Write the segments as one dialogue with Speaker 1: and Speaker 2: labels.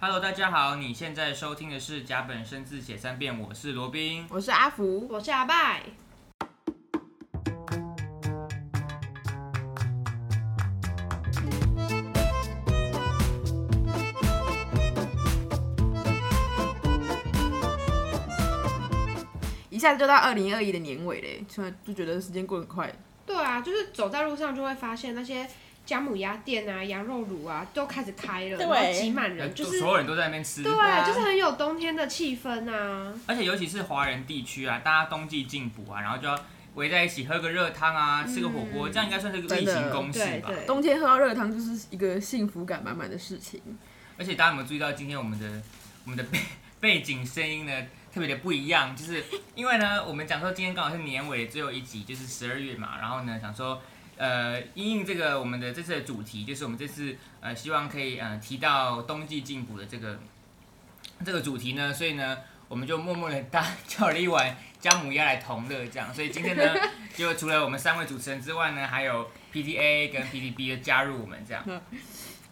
Speaker 1: Hello，大家好，你现在收听的是《甲本生字写三遍》，我是罗宾。
Speaker 2: 我是阿福，
Speaker 3: 我是阿拜，
Speaker 2: 一下子就到二零二一的年尾嘞，突然就觉得时间过得很快。
Speaker 3: 对啊，就是走在路上就会发现那些姜母鸭店啊、羊肉卤啊都开始开了，
Speaker 2: 对
Speaker 3: 然后挤满人，就
Speaker 1: 呃就是所有人都在那边吃，
Speaker 3: 对，啊就是很有冬天的气氛啊。
Speaker 1: 而且尤其是华人地区啊，大家冬季进补啊，然后就要围在一起喝个热汤啊，吃个火锅，这样应该算是个例行公事
Speaker 3: 嗯对
Speaker 1: 吧。
Speaker 3: 对，
Speaker 2: 冬天喝到热汤就是一个幸福感满满的事情。
Speaker 1: 而且大家有没有注意到，今天我们的我们的背 背景声音呢特别的不一样，就是因为呢，我们讲说今天刚好是年尾最后一集，就是十二月嘛，然后呢想说。呃，因应这个我们的这次的主题，就是我们这次呃希望可以呃提到冬季进补的这个这个主题呢，所以呢我们就默默的大叫了一碗姜母鸭来同乐这样，所以今天呢 就除了我们三位主持人之外呢，还有 PTA 跟 PDB 的加入我们这样。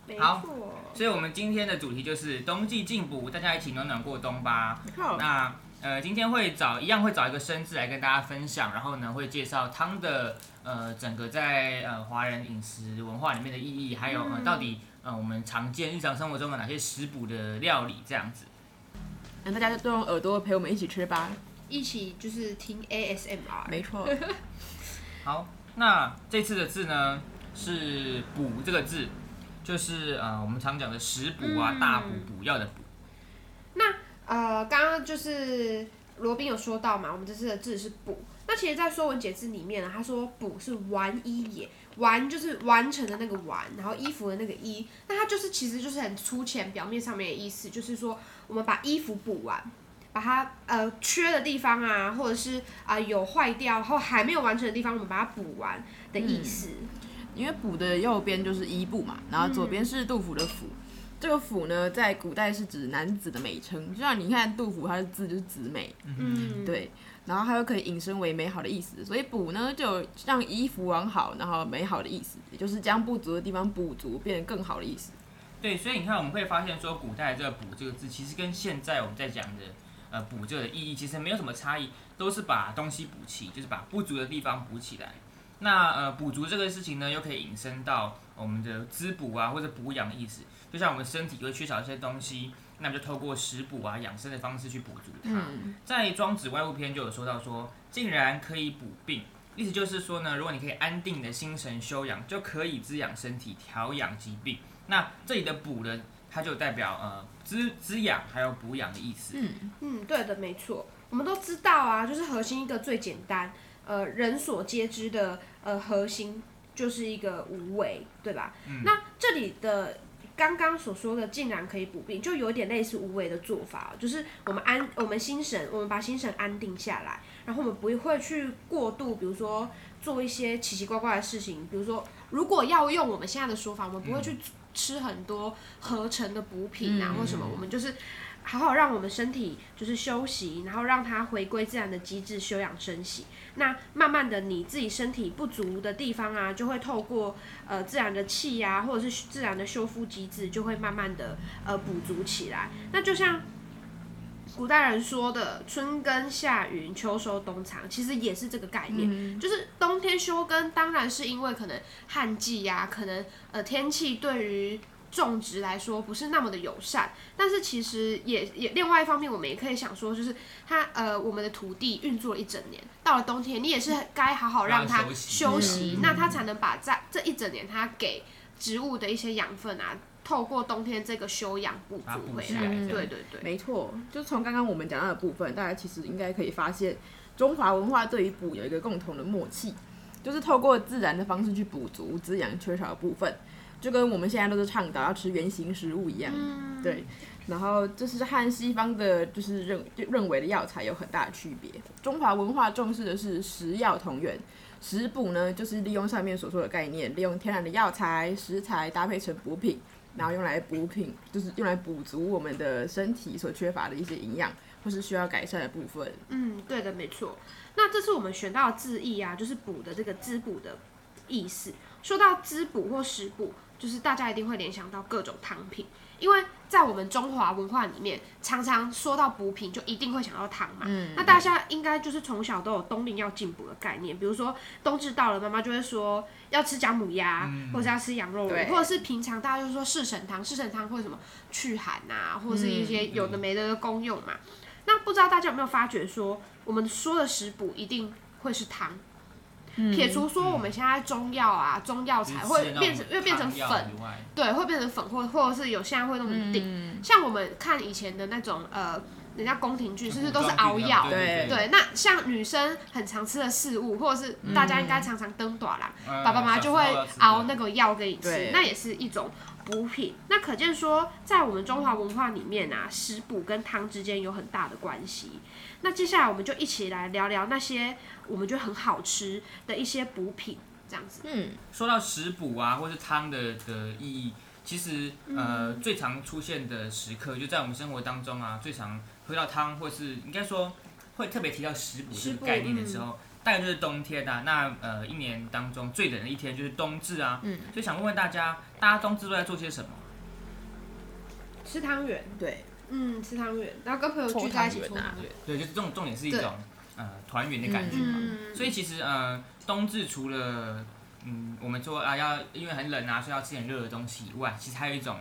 Speaker 3: 没
Speaker 1: 好
Speaker 3: 错。
Speaker 1: 所以，我们今天的主题就是冬季进补，大家一起暖暖过冬吧。
Speaker 2: 好，
Speaker 1: 那呃，今天会找一样会找一个生字来跟大家分享，然后呢会介绍汤的呃整个在呃华人饮食文化里面的意义，还有、呃、到底呃我们常见日常生活中有哪些食补的料理这样子。
Speaker 2: 那大家就用耳朵陪我们一起吃吧。
Speaker 3: 一起就是听 ASMR，
Speaker 2: 没错，
Speaker 1: 好，那这次的字呢是“补”这个字，就是呃我们常讲的食补啊、
Speaker 3: 嗯
Speaker 1: 大补、补药的补。
Speaker 3: 呃，刚刚就是罗宾有说到嘛，我们这次的字是补。那其实，在《说文解字》里面呢，他说补是完衣也，完就是完成的那个完，然后衣服的那个衣，那它就是其实就是很粗浅表面上面的意思，就是说我们把衣服补完。把它呃缺的地方啊，或者是啊、有坏掉，然后还没有完成的地方，我们把它补完的意思。
Speaker 2: 因为补的右边就是衣部嘛，然后左边是杜甫的甫。这个甫呢，在古代是指男子的美称，就像你看杜甫，他的字就是子美，
Speaker 3: 嗯，
Speaker 2: 对，然后它又可以引申为美好的意思，所以补呢就有让衣服完好，然后美好的意思，也就是将不足的地方补足，变得更好的意思。
Speaker 1: 对，所以你看，我们会发现说，古代这个“补”这个字，其实跟现在我们在讲的呃“补”这个的意义其实没有什么差异，都是把东西补齐，就是把不足的地方补起来。那呃补足这个事情呢，又可以引申到我们的滋补啊，或者补养的意思。就像我们身体会缺少一些东西，那我们就透过食补啊、养生的方式去补足它。在《庄子外物篇》就有说到说，竟然可以补病。意思就是说呢，如果你可以安定你的心神修养，就可以滋养身体、调养疾病。那这里的补呢，它就代表呃滋滋养还有补养的意思。
Speaker 3: 嗯，对的，没错。我们都知道啊，就是核心一个最简单，呃，人所皆知的呃核心就是一个无为，对吧？那这里的刚刚所说的竟然可以补病，就有点类似无为的做法，就是我们安我们心神，我们把心神安定下来，然后我们不会去过度，比如说做一些奇奇怪怪的事情，比如说如果要用我们现在的说法，我们不会去吃很多合成的补品啊、或什么，我们就是好好让我们身体就是休息，然后让它回归自然的机制，休养生息。那慢慢的，你自己身体不足的地方啊，就会透过呃自然的气呀、或者是自然的修复机制，就会慢慢的呃补足起来。那就像古代人说的“春耕夏耘，秋收冬藏”，其实也是这个概念。就是冬天休耕，当然是因为可能旱季呀、可能呃天气对于种植来说不是那么的友善，但是其实也也另外一方面，我们也可以想说，就是它呃我们的土地运作了一整年，到了冬天，你也是该好好让它
Speaker 1: 让它休息
Speaker 3: 休息，那它才能把在这一整年它给植物的一些养分啊，透过冬天这个休养补
Speaker 1: 把它
Speaker 3: 足
Speaker 1: 补
Speaker 3: 回
Speaker 1: 起来
Speaker 3: 来。
Speaker 1: 这
Speaker 3: 对
Speaker 1: 样
Speaker 3: 对对，
Speaker 2: 没错，就从刚刚我们讲到的部分，大家其实应该可以发现，中华文化对于补有一个共同的默契，就是透过自然的方式去补足滋养缺少的部分，就跟我们现在都是倡导要吃原形食物一样。
Speaker 3: 嗯
Speaker 2: 对，然后这是和西方的就是认就认为的药材有很大的区别。中华文化重视的是食药同源。食补呢，就是利用上面所说的概念，利用天然的药材、食材搭配成补品，然后用来补品，就是用来补足我们的身体所缺乏的一些营养，或是需要改善的部分。
Speaker 3: 嗯，对的，没错。那这次我们选到的字义啊，就是补的这个滋补的意思。说到滋补或食补，就是大家一定会联想到各种汤品，因为在我们中华文化里面，常常说到补品，就一定会想到汤嘛。
Speaker 2: 嗯
Speaker 3: 那大家应该就是从小都有冬令要进补的概念，比如说冬至到了，妈妈就会说要吃姜母鸭，或者是要吃羊肉
Speaker 2: 嗯对
Speaker 3: 炉，或者是平常大家就说四神汤，四神汤会什么去寒呐、或者是一些有的没的的功用嘛。那不知道大家有没有发觉说，我们说的食补一定会是汤。
Speaker 2: 嗯
Speaker 3: 撇除说我们现在中药啊、中药材会变成又变成粉，
Speaker 1: 以外，
Speaker 3: 对，会变成粉或或者是有现在会那么
Speaker 2: 嗯
Speaker 3: 定。像我们看以前的那种呃，人家宫廷剧，是不是都是熬药？
Speaker 1: 啊对
Speaker 3: 对，那像女生很常吃的事物，或者是大家应该常常登短啦，爸爸妈
Speaker 1: 呃
Speaker 3: 妈就会熬那个药给你吃
Speaker 2: 对，
Speaker 3: 那也是一种补品。那可见说，在我们中华文化里面啊，食补跟汤之间有很大的关系。那接下来我们就一起来聊聊那些我们觉得很好吃的一些补品，这样子。
Speaker 2: 嗯，
Speaker 1: 呃说到食补啊，或是汤的的意义，其实呃、最常出现的时刻就在我们生活当中啊，最常喝到汤，或是应该说会特别提到食补这
Speaker 3: 食
Speaker 1: 个
Speaker 3: 补嗯
Speaker 1: 概念的时候，大概就是冬天啊。那呃一年当中最冷的一天就是冬至啊，
Speaker 2: 嗯
Speaker 1: 所以想问问大家，大家冬至都在做些什么？
Speaker 3: 吃汤圆，
Speaker 2: 对，
Speaker 3: 嗯，吃汤圆，然后跟朋友聚在一起搓
Speaker 2: 搓汤
Speaker 3: 汤圆，
Speaker 1: 对，就是这种重点是一
Speaker 3: 对
Speaker 1: 种呃团圆的感觉嘛。
Speaker 3: 嗯，
Speaker 1: 所以其实呃，冬至除了嗯，我们说啊要因为很冷啊，所以要吃点热的东西以外，其实还有一种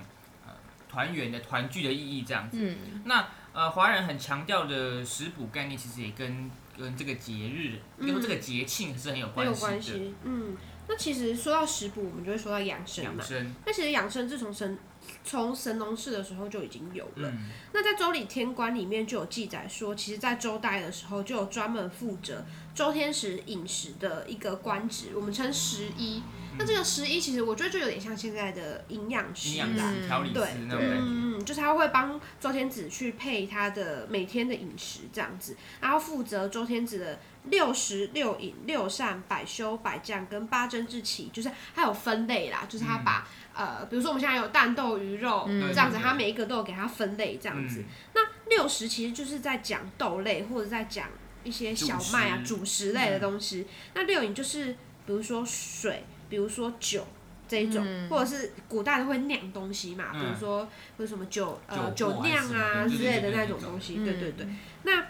Speaker 1: 呃团圆的团聚的意义这样子。
Speaker 2: 嗯，
Speaker 1: 那呃，华人很强调的食补概念，其实也跟跟这个节日，跟、说这个节庆是很有
Speaker 3: 很
Speaker 1: 关
Speaker 3: 嗯有
Speaker 1: 系
Speaker 3: 关
Speaker 1: 的。
Speaker 3: 系，嗯。那其实说到食补，我们就会说到养生
Speaker 1: 养
Speaker 3: 嘛。
Speaker 1: 生，
Speaker 3: 那其实养生自从神从神农氏的时候就已经有了。
Speaker 1: 嗯，
Speaker 3: 那在《周礼天官》里面就有记载说，其实，在周代的时候就有专门负责周天时饮食的一个官职，我们称食医。那这个食医其实我觉得就有点像现在的营养
Speaker 1: 营
Speaker 3: 师
Speaker 1: 养
Speaker 3: 啦，
Speaker 1: 师、调理师
Speaker 3: 嗯对
Speaker 1: 那种感觉。
Speaker 3: 嗯，就是他会帮周天子去配他的每天的饮食这样子，然后负责周天子的六食、六饮、六膳、百修、百将跟八珍之奇，就是他有分类啦，就是他把、呃，比如说我们现在有蛋豆鱼肉、
Speaker 2: 嗯
Speaker 3: 这样子，
Speaker 1: 嗯对对对
Speaker 3: 他每一个都有给他分类这样子。
Speaker 1: 嗯
Speaker 3: 六食其实就是在讲豆类或者在讲一些小麦啊、
Speaker 1: 主嗯
Speaker 3: 主食类的东西。那六饮就是比如说水，比如说酒这一种，或者是古代都会酿东西嘛，
Speaker 1: 嗯
Speaker 3: 比如说或者什么酒呃
Speaker 1: 酒
Speaker 3: 酒
Speaker 1: 粕
Speaker 3: 酿啊
Speaker 1: 还是什么
Speaker 3: 之类的
Speaker 1: 对对对
Speaker 3: 那
Speaker 1: 对那
Speaker 3: 种
Speaker 1: 种
Speaker 3: 东西。
Speaker 2: 嗯
Speaker 3: 对对对。那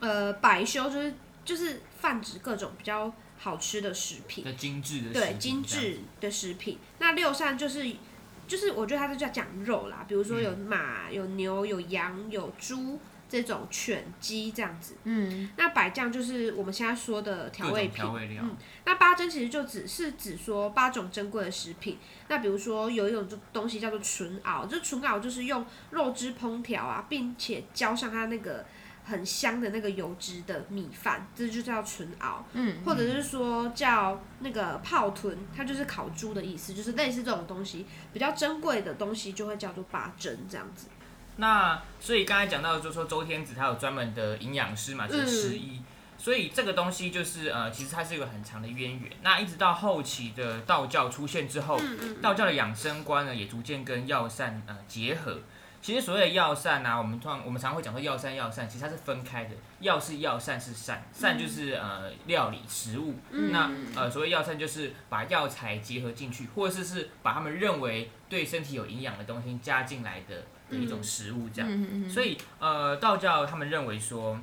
Speaker 3: 呃，百修就是就是泛指各种比较好吃的食品。
Speaker 1: 的精致的食
Speaker 3: 对
Speaker 1: 谱
Speaker 3: 精
Speaker 1: 这样
Speaker 3: 致的食品。那六膳就是就是我觉得它就在讲肉啦，比如说
Speaker 1: 嗯
Speaker 3: 有马、有牛、有羊、有猪这种犬鸡这样子。
Speaker 2: 嗯，
Speaker 3: 那百酱就是我们现在说的
Speaker 1: 各
Speaker 3: 调
Speaker 1: 种
Speaker 3: 味品
Speaker 1: 调。味料，
Speaker 3: 嗯那八珍其实就只是指说八种珍贵的食品。那比如说有一种就东西叫做纯熬，这纯熬就是用肉汁烹调啊，并且浇上它那个很香的那个油脂的米饭，这就叫纯熬。
Speaker 2: 嗯，
Speaker 3: 或者是说叫那个泡豚，它就是烤猪的意思，就是类似这种东西，比较珍贵的东西就会叫做八珍这样子。
Speaker 1: 那所以刚才讲到，就是说周天子他有专门的营养师嘛，就是
Speaker 3: 嗯
Speaker 1: 食医，所以这个东西就是呃，其实它是有很长的渊源。那一直到后期的道教出现之后，道教的养生观呢，也逐渐跟药膳呃结合。其实所谓的药膳啊，我们常我们常会讲说药膳药膳，其实它是分开的，药是药，膳是膳，膳就是呃料理食物。那呃所谓药膳就是把药材结合进去，或者是是把他们认为对身体有营养的东西加进来的的一种食物这
Speaker 2: 嗯
Speaker 1: 样。所以呃道教他们认为说。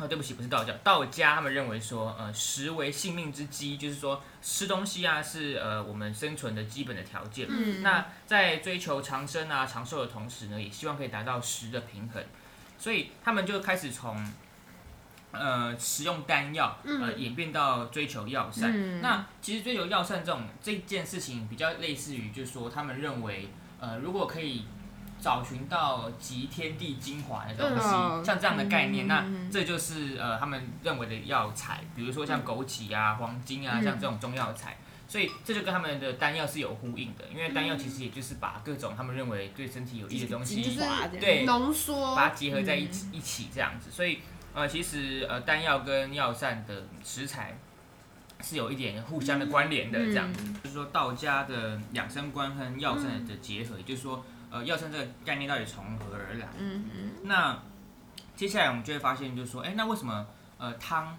Speaker 1: 啊、对不起，不是道教，道家他们认为说，呃，食为性命之基，就是说吃东西啊是呃我们生存的基本的条件。
Speaker 3: 嗯
Speaker 1: 那在追求长生啊长寿的同时呢，也希望可以达到食的平衡，所以他们就开始从呃食用丹药，呃演变到追求药
Speaker 2: 嗯
Speaker 1: 膳。那其实追求药膳这种这件事情，比较类似于就是说他们认为，呃，如果可以。找寻到集天地精华的东西，
Speaker 2: 嗯
Speaker 1: 像这样的概念，那这就是呃他们认为的药材，比如说像枸杞啊、黄精啊，像这种中药材。所以这就跟他们的丹药是有呼应的，因为丹药其实也就是把各种他们认为对身体有益的东西，
Speaker 2: 精华这样
Speaker 1: 对
Speaker 3: 浓嗯缩
Speaker 1: 把它结合在一起、一起这样子。所以呃，其实呃丹药跟药膳的食材是有一点互相的关联
Speaker 2: 嗯
Speaker 1: 的，这样子、就是说道家的养生观和药膳的结合，也就是说呃药膳这个概念到底从何而来？
Speaker 2: 嗯
Speaker 1: 那接下来我们就会发现，就是说，哎、那为什么呃汤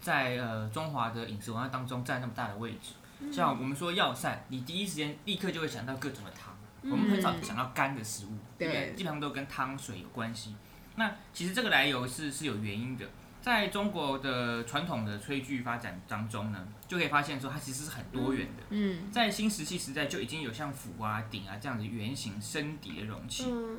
Speaker 1: 在呃中华的饮食
Speaker 2: 嗯
Speaker 1: 文化当中占那么大的位置？像我们说药膳，你第一时间立刻就会想到各种的汤，我们很少
Speaker 2: 嗯
Speaker 1: 想到干的食物，
Speaker 2: 对
Speaker 1: 不基本上都跟汤水有关系。那其实这个来由是是有原因的，在中国的传统的炊具发展当中呢，就可以发现说它其实是很多元的。
Speaker 2: 嗯，
Speaker 1: 在新石器时代就已经有像釜啊、鼎啊这样的圆形身底的容器，
Speaker 3: 嗯，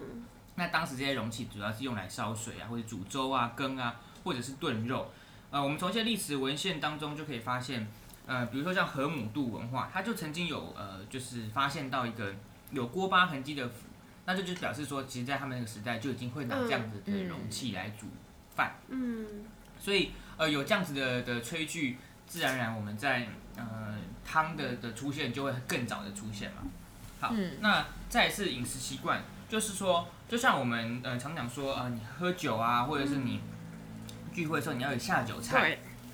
Speaker 1: 那当时这些容器主要是用来烧水啊，或者煮粥啊、羹啊，或者是炖肉。呃，我们从一些历史文献当中就可以发现，呃，比如说像河姆渡文化，它就曾经有呃，就是发现到一个有锅巴痕迹的釜，那这就表示说，其实在他们那个时代就已经会拿这样子的容器来煮饭，
Speaker 3: 嗯，
Speaker 1: 所以呃，有这样子的的炊具，自然而然我们在呃汤的的出现就会更早的出现嘛。好，
Speaker 2: 嗯
Speaker 1: 那再来是饮食习惯，就是说，就像我们呃常讲说，呃，你喝酒啊，或者是你聚会的时候，你要有下酒菜。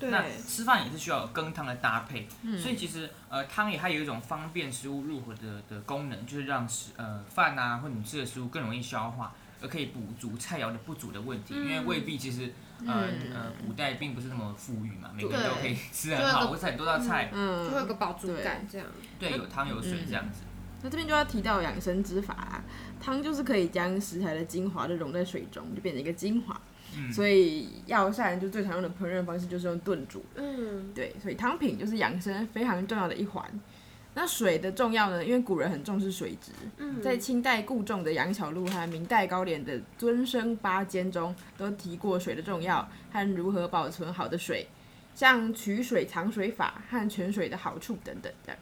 Speaker 2: 对，
Speaker 3: 对，
Speaker 1: 那吃饭也是需要有羹汤的搭配，
Speaker 2: 嗯
Speaker 1: 所以其实呃汤也还有一种方便食物入口的的功能，就是让食呃饭啊或你吃的食物更容易消化，而可以补足菜肴的不足的问题，因为未必其实呃
Speaker 2: 嗯
Speaker 1: 呃古代并不是那么富裕嘛，每个人
Speaker 3: 对
Speaker 1: 都可以吃呃
Speaker 3: 就
Speaker 1: 很
Speaker 3: 有
Speaker 1: 好，
Speaker 3: 个
Speaker 1: 或是很多道菜，
Speaker 3: 就会有
Speaker 2: 嗯，
Speaker 3: 个饱足感这样。
Speaker 1: 对，有汤有水这样子，
Speaker 2: 那这边就要提到养生之法啦。汤就是可以将食材的精华就溶在水中，就变成一个精华。
Speaker 1: 嗯，
Speaker 2: 所以药膳就最常用的烹饪方式就是用炖煮，
Speaker 3: 嗯，
Speaker 2: 对，所以汤品就是养生非常重要的一环。那水的重要呢，因为古人很重视水质，
Speaker 3: 嗯
Speaker 2: 在清代顾仲的《杨小璐》和明代高廉的《尊生八监》中都提过水的重要和如何保存好的水，像取水藏水法和泉水的好处等等这样。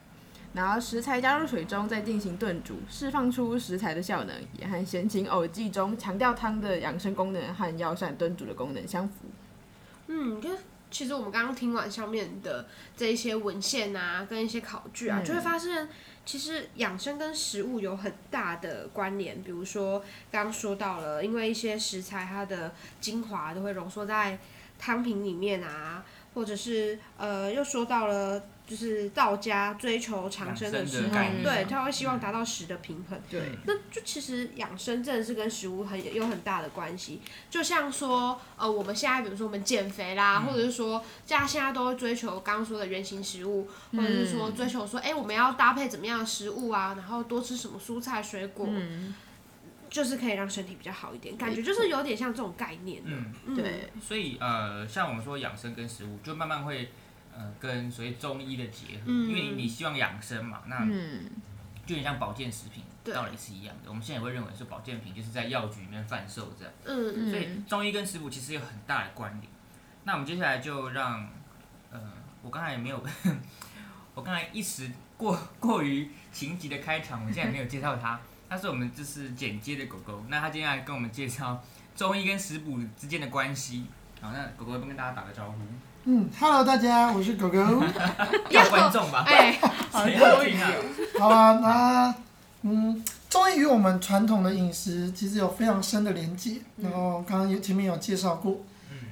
Speaker 2: 然后食材加入水中，再进行炖煮，释放出食材的效能，也和《闲情偶记》中强调汤的养生功能和药膳炖煮的功能相符。
Speaker 3: 嗯，就其实我们刚刚听完上面的这一些文献啊，跟一些考据啊，
Speaker 2: 嗯
Speaker 3: 就会发现其实养生跟食物有很大的关联。比如说刚刚说到了，因为一些食材它的精华都会浓缩在汤品里面啊，或者是呃又说到了。就是道家追求长生的
Speaker 1: 养
Speaker 3: 时
Speaker 1: 生
Speaker 3: 候
Speaker 1: 的
Speaker 2: 概，念
Speaker 3: 对他会希望达到食的平衡。
Speaker 2: 对，
Speaker 3: 那就其实养生真的是跟食物很有很大的关系，就像说呃，我们现在比如说我们减肥啦，或者是说大家现在都会追求刚刚说的原型食物，或者是说追求说哎、诶我们要搭配怎么样的食物啊，然后多吃什么蔬菜水果，就是可以让身体比较好一点，感觉就是有点像这种概念的。
Speaker 1: 嗯，
Speaker 3: 嗯，
Speaker 2: 对，
Speaker 1: 所以呃像我们说养生跟食物就慢慢会。呃，跟所谓中医的结合，
Speaker 3: 嗯
Speaker 1: 因为你你希望养生嘛，那
Speaker 2: 嗯，
Speaker 1: 就很像保健食品，
Speaker 3: 对
Speaker 1: 道理是一样的。我们现在也会认为说保健品就是在药局里面贩售这样，
Speaker 3: 嗯，
Speaker 1: 所以中医跟食谱其实有很大的关联。那我们接下来就让，呃，我刚才也没有， 我刚才一时过过于情急的开场，我竟然没有介绍他。 他是我们这是剪接的狗狗，那他接下来跟我们介绍中医跟食谱之间的关系。好，那狗狗要不跟大家打个招呼，
Speaker 4: 嗯，Hello，大家，我是狗狗。
Speaker 1: 要观众吧，
Speaker 3: 哎、
Speaker 1: 谁要听啊？
Speaker 4: 好啦，那嗯，中医与我们传统的饮食其实有非常深的连接。然后刚刚也前面有介绍过，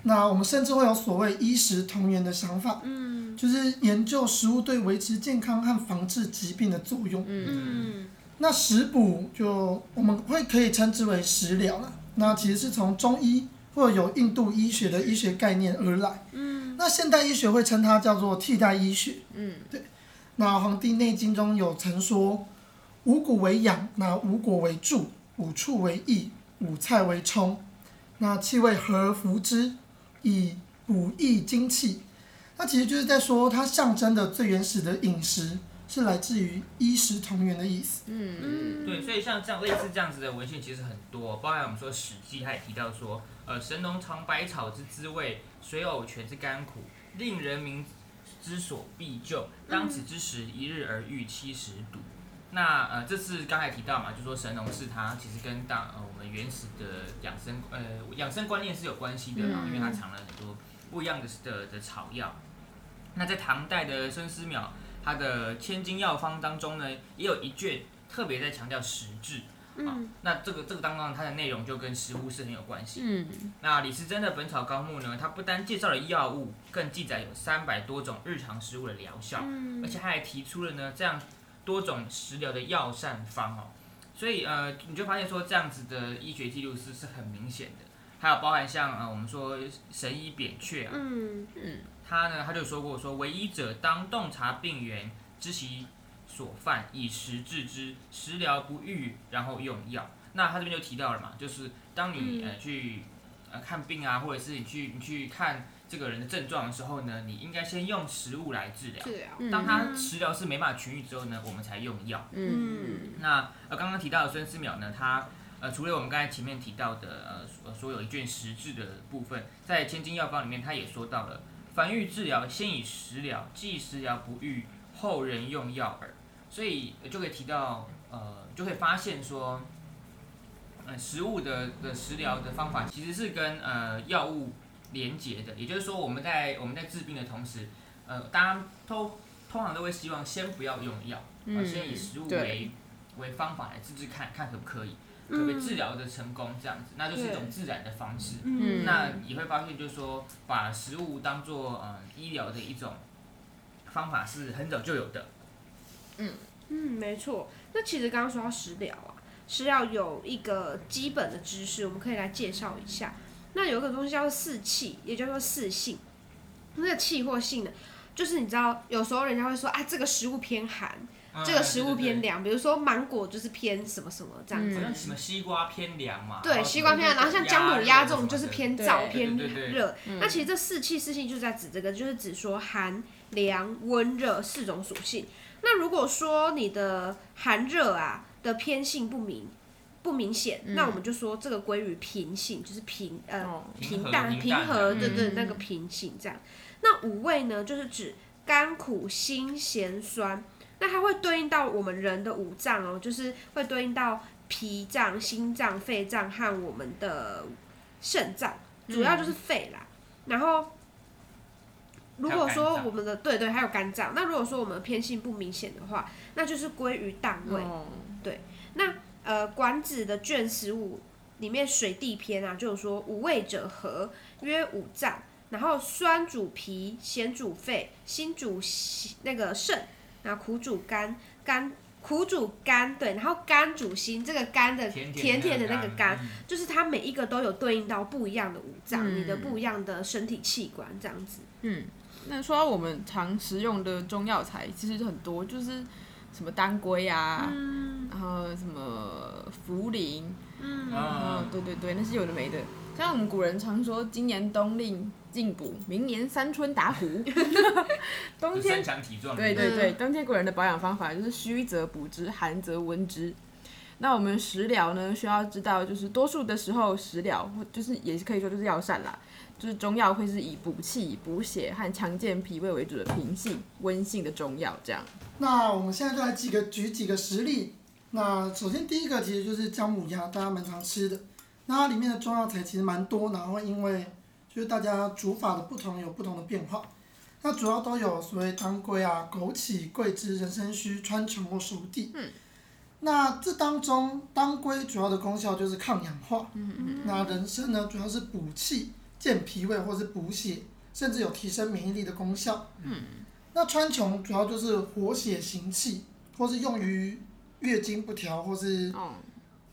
Speaker 4: 那我们甚至会有所谓医食同源的想法，
Speaker 3: 嗯
Speaker 4: 就是研究食物对维持健康和防治疾病的作用。
Speaker 3: 嗯
Speaker 4: 那食补就我们会可以称之为食疗了，那其实是从中医或有印度医学的医学概念而来。嗯，那现代医学会称它叫做替代医学。
Speaker 2: 嗯，
Speaker 4: 对。那《黄帝内经》中有曾说：“五谷为养，那五果为助，五畜为益，五菜为充。那气味和而服之，以补益精气。”那其实就是在说，它象征的最原始的饮食是来自于衣食同源的意思。
Speaker 3: 嗯，
Speaker 1: 对，所以像这样类似这样子的文献其实很多，包含我们说《史记》，它也提到说，呃，神农尝百草之滋味，水呕泉之甘苦，令人民之所必救。当此之时，一日而遇七十毒。那呃，这次刚才提到嘛，就说神农氏他其实跟大呃我们原始的养生呃养生观念是有关系的嘛，因为他尝了很多不一样的的的草药。那在唐代的孙思邈他的《千金药方》当中呢，也有一卷特别在强调实质。啊，那这个这个当中它的内容就跟食物是很有关系。
Speaker 2: 嗯，
Speaker 1: 那李时珍的《本草纲目》呢，它不单介绍了药物，更记载有三百多种日常食物的疗效，
Speaker 3: 嗯
Speaker 1: 而且它还提出了呢这样多种食疗的药膳方哦。所以呃，你就发现说这样子的医学记录是是很明显的，还有包含像呃我们说神医扁鹊啊，
Speaker 3: 嗯
Speaker 1: 他呢，他就说过说，唯医者当洞察病源，知其所犯，以食治之，食疗不愈，然后用药。那他这边就提到了嘛，就是当你、
Speaker 3: 嗯
Speaker 1: 呃去呃看病啊，或者是你去你去看这个人的症状的时候呢，你应该先用食物来治疗。
Speaker 3: 治疗，
Speaker 2: 嗯
Speaker 1: 当他食疗是没办法痊愈之后呢，我们才用药。
Speaker 2: 嗯，
Speaker 1: 那呃，刚刚提到的孙思邈呢，他呃，除了我们刚才前面提到的呃所所有一卷实质的部分，在《千金药方》里面，他也说到了凡欲治疗，先以食疗，既食疗不愈，后人用药耳。所以呃就可以提到呃，就可以发现说，呃，食物的的食疗的方法其实是跟呃药物连结的，也就是说，我们在我们在治病的同时，呃，大家都通常都会希望先不要用药，啊
Speaker 2: 嗯
Speaker 1: 先以食物
Speaker 2: 对
Speaker 1: 为为方法来治治看看可不可以，可
Speaker 3: 嗯
Speaker 1: 不可以治疗的成功这样子，那就是一种自然的方式。
Speaker 2: 嗯
Speaker 1: 那也会发现，就是说把食物当做嗯、呃医疗的一种方法是很早就有的。
Speaker 3: 嗯，没错。那其实刚刚说到食疗啊，食疗有一个基本的知识，我们可以来介绍一下。那有一个东西叫做四气，也叫做四性。那个气或性呢，就是你知道，有时候人家会说啊，这个食物偏寒，
Speaker 1: 啊
Speaker 3: 这个食物偏
Speaker 1: 凉，
Speaker 3: 凉，比如说芒果就是偏什么什么这样子。
Speaker 1: 好像什么西瓜偏凉嘛，然
Speaker 3: 对，
Speaker 1: 后
Speaker 3: 西瓜偏啊凉，然后像姜母鸭这种就是偏燥
Speaker 2: 对
Speaker 3: 偏
Speaker 1: 对对对
Speaker 3: 热。那其实这四气四性就是在指这个，就是指说寒、凉、温、热四种属性。那如果说你的寒热啊的偏性不明不明显，那我们就说这个归于平性，就是平呃
Speaker 2: 哦
Speaker 1: 平和
Speaker 3: 淡
Speaker 1: 平淡
Speaker 3: 和
Speaker 1: 的
Speaker 3: 对对
Speaker 2: 嗯
Speaker 3: 那个平性这样。那五味呢，就是指甘苦辛咸酸。那它会对应到我们人的五脏哦，就是会对应到脾脏、心脏、肺脏和我们的肾脏，主要就是肺啦。然后，如果说我们的对对，还有肝脏，那如果说我们偏性不明显的话，那就是归于淡味。
Speaker 2: 哦
Speaker 3: 呃，管子的卷十五里面水地篇啊，就有说五味者和，曰五脏，然后酸主脾，咸主肺，辛主心那个肾，然后苦主肝，肝苦主肝对，然后肝主心，这个肝的
Speaker 1: 甜
Speaker 3: 甜甜的那个肝，
Speaker 1: 嗯
Speaker 3: 就是它每一个都有对应到不一样的五脏，
Speaker 2: 嗯
Speaker 3: 你的不一样的身体器官这样子。
Speaker 2: 嗯，那说到我们常食用的中药材，其实很多，就是什么当归啊，然后什么茯苓，嗯，
Speaker 1: 嗯
Speaker 2: 对对对，那是有的没的。像我们古人常说，今年冬令进补，明年三春打虎。 冬
Speaker 1: 就
Speaker 2: 天
Speaker 1: 身强体壮，
Speaker 2: 对对
Speaker 3: 嗯
Speaker 2: 对，冬天古人的保养方法就是虚则补之，寒则温之。那我们食疗呢，需要知道，就是多数的时候食疗，或就是也是可以说就是药膳啦，就是中药会是以补气、补血和强健脾胃为主的平性、温性的中药这样。
Speaker 4: 那我们现在就来几个举几个实例。那首先第一个其实就是姜母鸭，大家蛮常吃的。那它里面的中药材其实蛮多，然后因为就是大家煮法的不同，有不同的变化。那主要都有所谓当归啊、枸杞、桂枝、人参须、川穹或熟地。嗯。那这当中，当归主要的功效就是抗氧化。嗯嗯。那人参呢，主要是补气、健脾胃或是补血，甚至有提升免疫力的功效。那川穹主要就是活血行气，或是用于月经不调，或是
Speaker 2: 哦，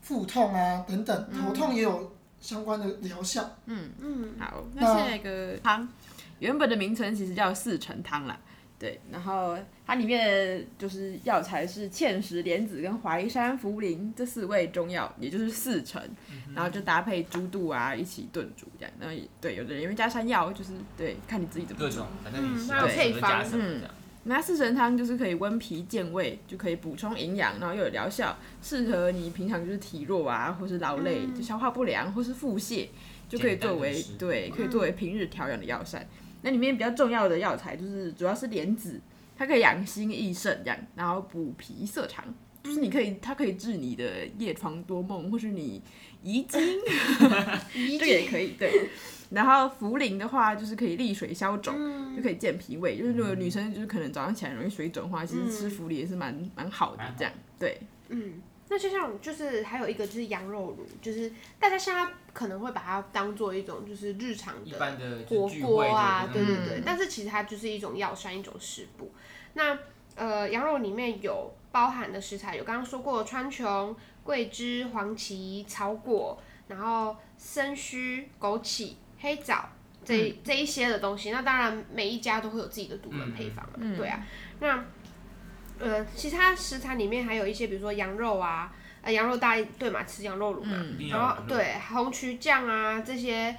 Speaker 4: 腹痛啊等等，头痛也有相关的疗效。
Speaker 3: 嗯，
Speaker 2: 好，那
Speaker 4: 那
Speaker 2: 现在一个汤，原本的名称其实叫四神汤啦。对，然后它里面的就是药材是芡实、莲子跟淮山、茯苓这四味中药，也就是四成，然后就搭配猪肚啊一起炖煮这样。然后也对，有的人因为加山药，就是对，看你自己怎么
Speaker 1: 各
Speaker 2: 煮。
Speaker 1: 种，反正你喜
Speaker 3: 嗯还
Speaker 1: 欢
Speaker 3: 有
Speaker 1: 什
Speaker 3: 配
Speaker 1: 么就加
Speaker 3: 方
Speaker 1: 什么这样。
Speaker 2: 那四神汤就是可以温脾健胃，就可以补充营养，然后又有疗效，适合你平常就是体弱啊，或是劳累、就消化不良，或是腹泻，就可以作为
Speaker 1: 简单的食
Speaker 2: 对，可以作为平日调养的药膳。那里面比较重要的药材就是主要是莲子，它可以养心益肾，养然后补脾涩肠。就是你可以，它可以治你的夜床多梦，或是你遗精，
Speaker 3: 理
Speaker 2: 这个也可以对。然后茯苓的话，就是可以利水消肿，
Speaker 3: 嗯
Speaker 2: 就可以健脾胃。就是如
Speaker 5: 嗯
Speaker 2: 果女生就是可能早上起来容易水肿的话，其实吃茯苓也是蛮蛮好的
Speaker 1: 蛮好
Speaker 2: 这样。
Speaker 5: 啊
Speaker 2: 对，
Speaker 3: 嗯，那就像就是还有一个就是羊肉炉，就是大家现在可能会把它当做一种就是日常
Speaker 1: 一
Speaker 3: 的
Speaker 1: 般的就
Speaker 3: 火
Speaker 1: 聚
Speaker 3: 锅
Speaker 1: 会
Speaker 3: 啊，
Speaker 1: 的
Speaker 3: 对
Speaker 1: 那种
Speaker 3: 对对。
Speaker 2: 嗯
Speaker 3: 但是其实它就是一种药膳，一种食补。那呃，羊肉里面有包含的食材，有刚刚说过的川穹、桂枝、黄芪、草果，然后参须、枸杞、黑枣。这一这
Speaker 1: 嗯
Speaker 3: 啊一些的东西，那当然每一家都会有自己的独门配方嘛，对啊。那呃，其他食材里面还有一些，比如说羊肉啊，呃，羊肉大一对嘛，吃羊肉卤嘛，
Speaker 1: 一定要
Speaker 3: 然
Speaker 1: 有
Speaker 3: 后
Speaker 1: 肉
Speaker 3: 对红曲酱啊这些。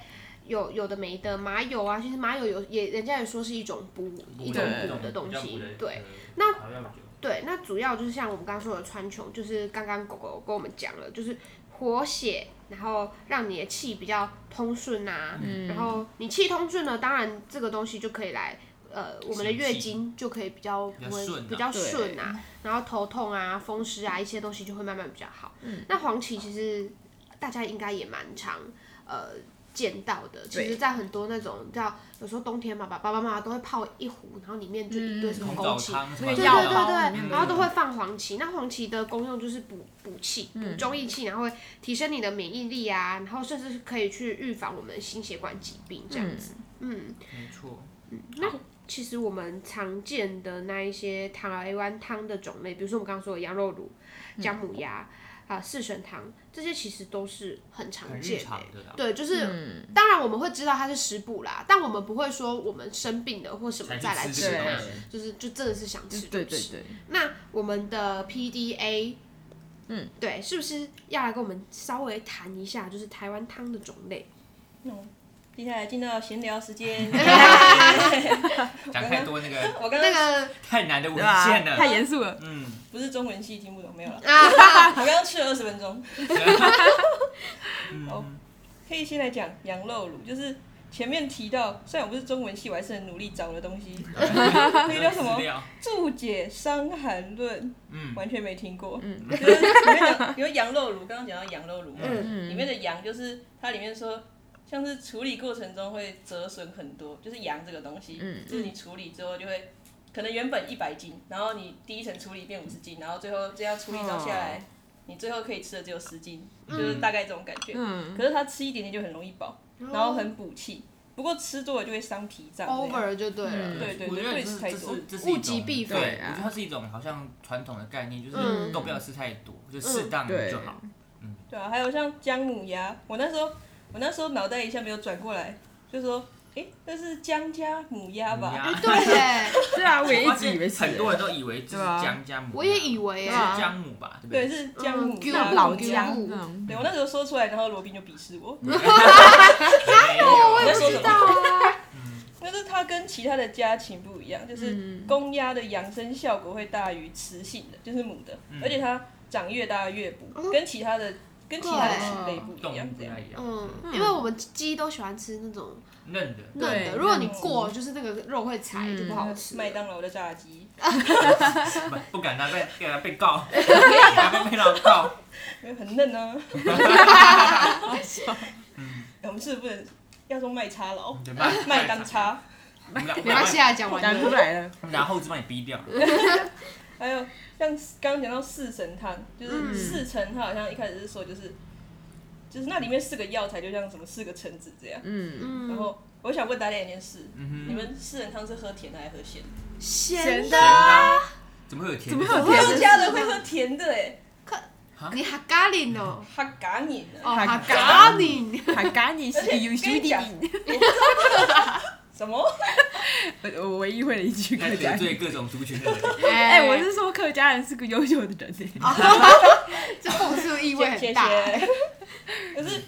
Speaker 3: 有有的没的，麻油啊，其实麻油有也人家也说是一种补一种
Speaker 2: 对
Speaker 3: 补的嗯东西，对，
Speaker 1: 那
Speaker 3: 对，那主要就是像我们刚刚说的川穹，就是刚刚狗狗跟我们讲了，就是活血，然后让你的气比较通顺啊，
Speaker 1: 嗯
Speaker 3: 然后你气通顺了，当然这个东西就可以来，呃，我们的
Speaker 1: 行
Speaker 3: 月
Speaker 1: 气
Speaker 3: 经就可以比较
Speaker 1: 比较
Speaker 3: 不会
Speaker 1: 顺啊
Speaker 3: 比较
Speaker 2: 对
Speaker 3: 顺啊，然后头痛啊、风湿啊一些东西就会慢慢比较好。
Speaker 1: 嗯
Speaker 3: 那黄芪其实大家应该也蛮常呃见到的，其实，
Speaker 2: 对
Speaker 3: 在很多那种叫有时候冬天嘛，爸爸爸妈妈都会泡一壶，然后里面就一堆什么
Speaker 1: 嗯红
Speaker 3: 枸
Speaker 1: 枣
Speaker 3: 杞
Speaker 1: 汤什么
Speaker 2: 那个
Speaker 1: 的
Speaker 3: 对
Speaker 2: 药
Speaker 3: 对
Speaker 2: 包
Speaker 3: 对
Speaker 2: 里
Speaker 3: 对，
Speaker 2: 面
Speaker 3: 然后
Speaker 2: 的
Speaker 3: 都会放黄芪。那黄芪的功用就是补补气、
Speaker 2: 嗯
Speaker 3: 补中益气，然后会提升你的免疫力啊，然后甚至是可以去预防我们心血管疾病这样子。嗯
Speaker 1: 没错，
Speaker 3: 那其实我们常见的那一些台湾汤的种类，比如说我们刚刚说的羊肉
Speaker 2: 嗯
Speaker 3: 卤、姜母鸭啊、四神汤，这些其实都是很常
Speaker 1: 很
Speaker 3: 见
Speaker 1: 日
Speaker 3: 的
Speaker 1: 常的啊啦。
Speaker 3: 对，就是、
Speaker 2: 嗯
Speaker 3: 当然我们会知道它是食补啦，但我们不会说我们生病了或什么
Speaker 1: 才去
Speaker 3: 再来
Speaker 1: 吃
Speaker 3: 吃
Speaker 2: 这个
Speaker 3: 它
Speaker 2: 东，
Speaker 3: 就是就真的是想吃就吃。
Speaker 2: 嗯对对对，
Speaker 3: 那我们的 PDA，嗯，对，是不是要来跟我们稍微谈一下，就是台湾汤的种类？
Speaker 5: 接下来进到闲聊 时间，
Speaker 1: 讲太多那个
Speaker 5: 我刚
Speaker 3: 那
Speaker 5: 刚
Speaker 3: 个
Speaker 1: 太难的文
Speaker 2: 对吧
Speaker 1: 献？了，
Speaker 2: 太严肃了，
Speaker 1: 嗯，
Speaker 5: 不是中文系听不懂，没有了。
Speaker 3: 啊，
Speaker 5: 我刚刚吃了二十分钟。
Speaker 1: 啊
Speaker 5: 好，可以先来讲羊肉卤，就是前面提到，虽然我不是中文系，我还是很努力找的东西，那
Speaker 1: 那
Speaker 5: 个叫什么
Speaker 1: 资料？
Speaker 5: 注解《伤寒论》，
Speaker 1: 嗯，
Speaker 5: 完全没听过。嗯，就是里面讲，比如羊肉炉，刚刚讲到羊肉炉嘛，
Speaker 3: 嗯
Speaker 5: 里面的羊就是它里面说，像是处理过程中会折损很多，就是羊这个东西，
Speaker 2: 嗯
Speaker 5: 就是你处理之后就会，可能原本一百斤，然后你第一层处理变五十斤，然后最后这样处理到下
Speaker 3: 哦
Speaker 5: 来，你最后可以吃的只有十斤，就是大概这种感觉。
Speaker 2: 嗯，
Speaker 5: 可是它吃一点点就很容易饱，
Speaker 3: 哦
Speaker 5: 然后很补气，不过吃多了就会伤脾脏。
Speaker 3: over 就对了。
Speaker 2: 嗯
Speaker 5: 对对
Speaker 1: 我觉得
Speaker 5: 对，
Speaker 1: 这
Speaker 5: 吃
Speaker 1: 是
Speaker 5: 太
Speaker 1: 这
Speaker 5: 多
Speaker 1: 是。这是
Speaker 3: 物
Speaker 1: 一
Speaker 3: 极
Speaker 1: 种
Speaker 3: 必
Speaker 1: 对，
Speaker 2: 反
Speaker 1: 我
Speaker 2: 啊
Speaker 1: 觉得它是一种好像传统的概念，就是
Speaker 3: 嗯
Speaker 1: 都不要吃太多，就适当
Speaker 2: 对
Speaker 1: 就好。
Speaker 5: 对啊，还有像姜母鸭，我那时候我那时候脑袋一下没有转过来，就说，哎、那是姜加母鸭吧？
Speaker 1: 母
Speaker 3: 哎、
Speaker 1: 鸭
Speaker 3: 对耶，
Speaker 2: 对啊，我也一直以为是，
Speaker 1: 很多人都以为就是
Speaker 2: 对啊
Speaker 1: 姜姜母，
Speaker 3: 我也以为耶
Speaker 1: 是姜母吧，对不
Speaker 5: 对，？ 是姜母
Speaker 2: 那
Speaker 3: 嗯
Speaker 5: 鸭。
Speaker 3: 姜
Speaker 2: 种老姜嗯
Speaker 3: 姜
Speaker 2: 那种，
Speaker 5: 对我那时候说出来，然后罗宾就鄙视我，
Speaker 1: 没有
Speaker 3: 我也
Speaker 5: 在
Speaker 3: 不
Speaker 5: 说
Speaker 3: 知
Speaker 5: 什
Speaker 3: 道
Speaker 5: 么？
Speaker 3: 啊。
Speaker 5: 但是它跟其他的家禽不一样，
Speaker 2: 嗯
Speaker 5: 就是公鸭的养生效果会大于雌性的，就是母的，而且它长越大越补，跟其他的跟其他的禽类不一
Speaker 1: 动物
Speaker 5: 样，
Speaker 1: 不
Speaker 5: 这样
Speaker 1: 太。一样，
Speaker 3: 嗯，因为我们鸡都喜欢吃那种
Speaker 1: 嫩的。
Speaker 3: 嫩
Speaker 2: 对
Speaker 3: 的，如果你
Speaker 5: 嫩鸡
Speaker 3: 过，就是那个肉会柴，就不好吃了。
Speaker 5: 麦当劳的炸鸡，
Speaker 1: 不不敢拿被给他被告，给他被被老告。
Speaker 5: 很嫩啊。 我们是不是不能要说麦叉佬？
Speaker 1: 对麦
Speaker 5: 麦当，叉，
Speaker 1: 我们俩
Speaker 3: 没关系啊，讲完
Speaker 2: 讲出
Speaker 3: 了。
Speaker 2: 来了，
Speaker 1: 我们俩后置帮你逼掉。
Speaker 5: 还有像刚刚讲到四神汤，就是四神，它好像一开始是说就是，就是那里面四个药材就像什么四个橙子这样。
Speaker 2: 嗯，
Speaker 3: 嗯，
Speaker 5: 然后我想问大家一件事，
Speaker 1: 嗯
Speaker 5: 你们四神汤是喝甜的还是喝咸的？
Speaker 3: 咸
Speaker 2: 咸
Speaker 1: 甜
Speaker 3: 的
Speaker 2: 的，
Speaker 1: 的，怎么会有甜的？
Speaker 2: 怎么会有
Speaker 5: 我
Speaker 2: 甜的
Speaker 5: 有家人会喝甜的哎、
Speaker 3: 你还咖喱哦，
Speaker 5: 哈嘎你呢？
Speaker 3: 哦，还
Speaker 2: 还
Speaker 3: 咖
Speaker 2: 咖
Speaker 3: 喱，
Speaker 2: 还赶紧是优秀
Speaker 5: 跟你
Speaker 2: 的
Speaker 5: 讲，
Speaker 2: 你，
Speaker 5: 什么？
Speaker 2: 我我唯一会的一句
Speaker 1: 在
Speaker 2: 客家
Speaker 1: 得
Speaker 2: 人，
Speaker 1: 罪各种族群的人，
Speaker 2: 哎、我是说客家人是个优秀的人欸，
Speaker 3: 这讽刺意味
Speaker 5: 谢谢
Speaker 3: 很大。
Speaker 5: 谢。 可是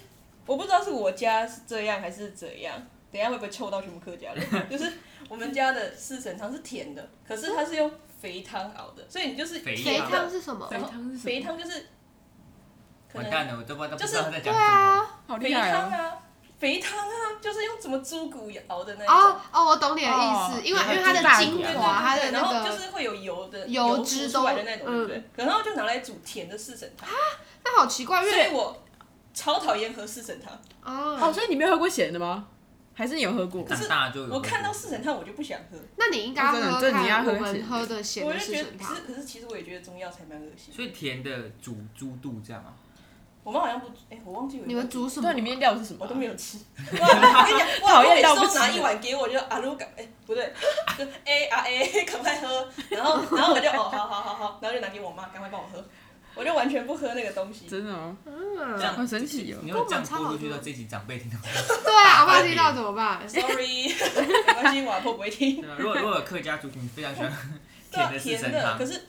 Speaker 5: 我不知道是我家是这样还是怎样，等一下会不会臭到全部客 家人？就是我们家的四神汤是甜的，可是它是用肥汤熬的，所以你就是
Speaker 1: 肥
Speaker 3: 肥
Speaker 1: 羊
Speaker 3: 汤是什么？
Speaker 5: 然后
Speaker 2: 肥汤是什么
Speaker 5: 肥汤就是可
Speaker 1: 完
Speaker 5: 能
Speaker 1: 蛋了，我都不知道
Speaker 5: 就是
Speaker 1: 他在讲
Speaker 3: 对
Speaker 1: 什么。
Speaker 3: 啊，
Speaker 2: 好
Speaker 5: 肥
Speaker 2: 厉害
Speaker 5: 汤
Speaker 2: 哦、
Speaker 5: 啊，肥汤啊，就是用什么猪骨熬的那一种
Speaker 3: 哦。哦，我懂你的意思，
Speaker 2: 哦
Speaker 3: 因为
Speaker 1: 对
Speaker 3: 因为它的
Speaker 2: 大
Speaker 3: 精
Speaker 5: 对对对
Speaker 3: 华，它的
Speaker 5: 对然后
Speaker 3: 那
Speaker 5: 就
Speaker 3: 个，
Speaker 5: 是会有油的
Speaker 3: 油
Speaker 5: 脂
Speaker 3: 脂
Speaker 5: 出来
Speaker 3: 都
Speaker 5: 的
Speaker 3: 嗯
Speaker 5: 那种，对不对？然后就拿来煮甜的四神汤，
Speaker 3: 那好奇怪，因
Speaker 5: 所以
Speaker 3: 为
Speaker 5: 我超讨厌喝四神汤。
Speaker 2: 哦，
Speaker 3: 哦，
Speaker 2: 所以你没有喝过咸的吗？还是你有喝过？
Speaker 1: 长大就有
Speaker 5: 我看到四神汤我就不想喝，
Speaker 3: 那你应该要
Speaker 2: 真的
Speaker 3: 喝
Speaker 2: 真的你要
Speaker 3: 看
Speaker 2: 喝
Speaker 3: 我
Speaker 2: 咸
Speaker 3: 们
Speaker 2: 的
Speaker 3: 喝的咸
Speaker 5: 我
Speaker 3: 的
Speaker 5: 就
Speaker 3: 四
Speaker 5: 觉得，
Speaker 3: 神
Speaker 5: 可
Speaker 3: 汤
Speaker 5: 是，可是其实我也觉得中药材蛮恶心。
Speaker 1: 所以甜的煮猪肚这样啊，
Speaker 5: 我们好像不，哎，我忘记有一个
Speaker 3: 你们煮什么
Speaker 2: 那？里面料是什么
Speaker 5: 我
Speaker 2: 啊、
Speaker 5: 都没有吃。哇，我跟你讲，哇，
Speaker 2: 讨
Speaker 5: 我
Speaker 2: 厌
Speaker 5: 每
Speaker 2: 到
Speaker 5: 次
Speaker 2: 不
Speaker 5: 都拿
Speaker 2: 行
Speaker 5: 一碗给我，就啊如赶，哎，不对， 就哎啊哎， 赶快喝。然后然后我就哦，好好好好，然后就拿给我妈，赶快帮我喝。我就完全不喝那个东西。
Speaker 2: 真的哦、
Speaker 3: 嗯
Speaker 1: 这样
Speaker 2: 好神奇哦
Speaker 1: 你如果这样播出去到这集长辈听到，
Speaker 3: 对啊，阿爸听到怎么办？
Speaker 5: Sorry，没关系，我阿婆不会听。
Speaker 1: 对啊如果如果有客家族群非常喜欢
Speaker 5: 对
Speaker 1: 甜
Speaker 5: 啊
Speaker 1: 的，四
Speaker 5: 甜
Speaker 1: 神
Speaker 5: 的，
Speaker 1: 汤
Speaker 5: 可，是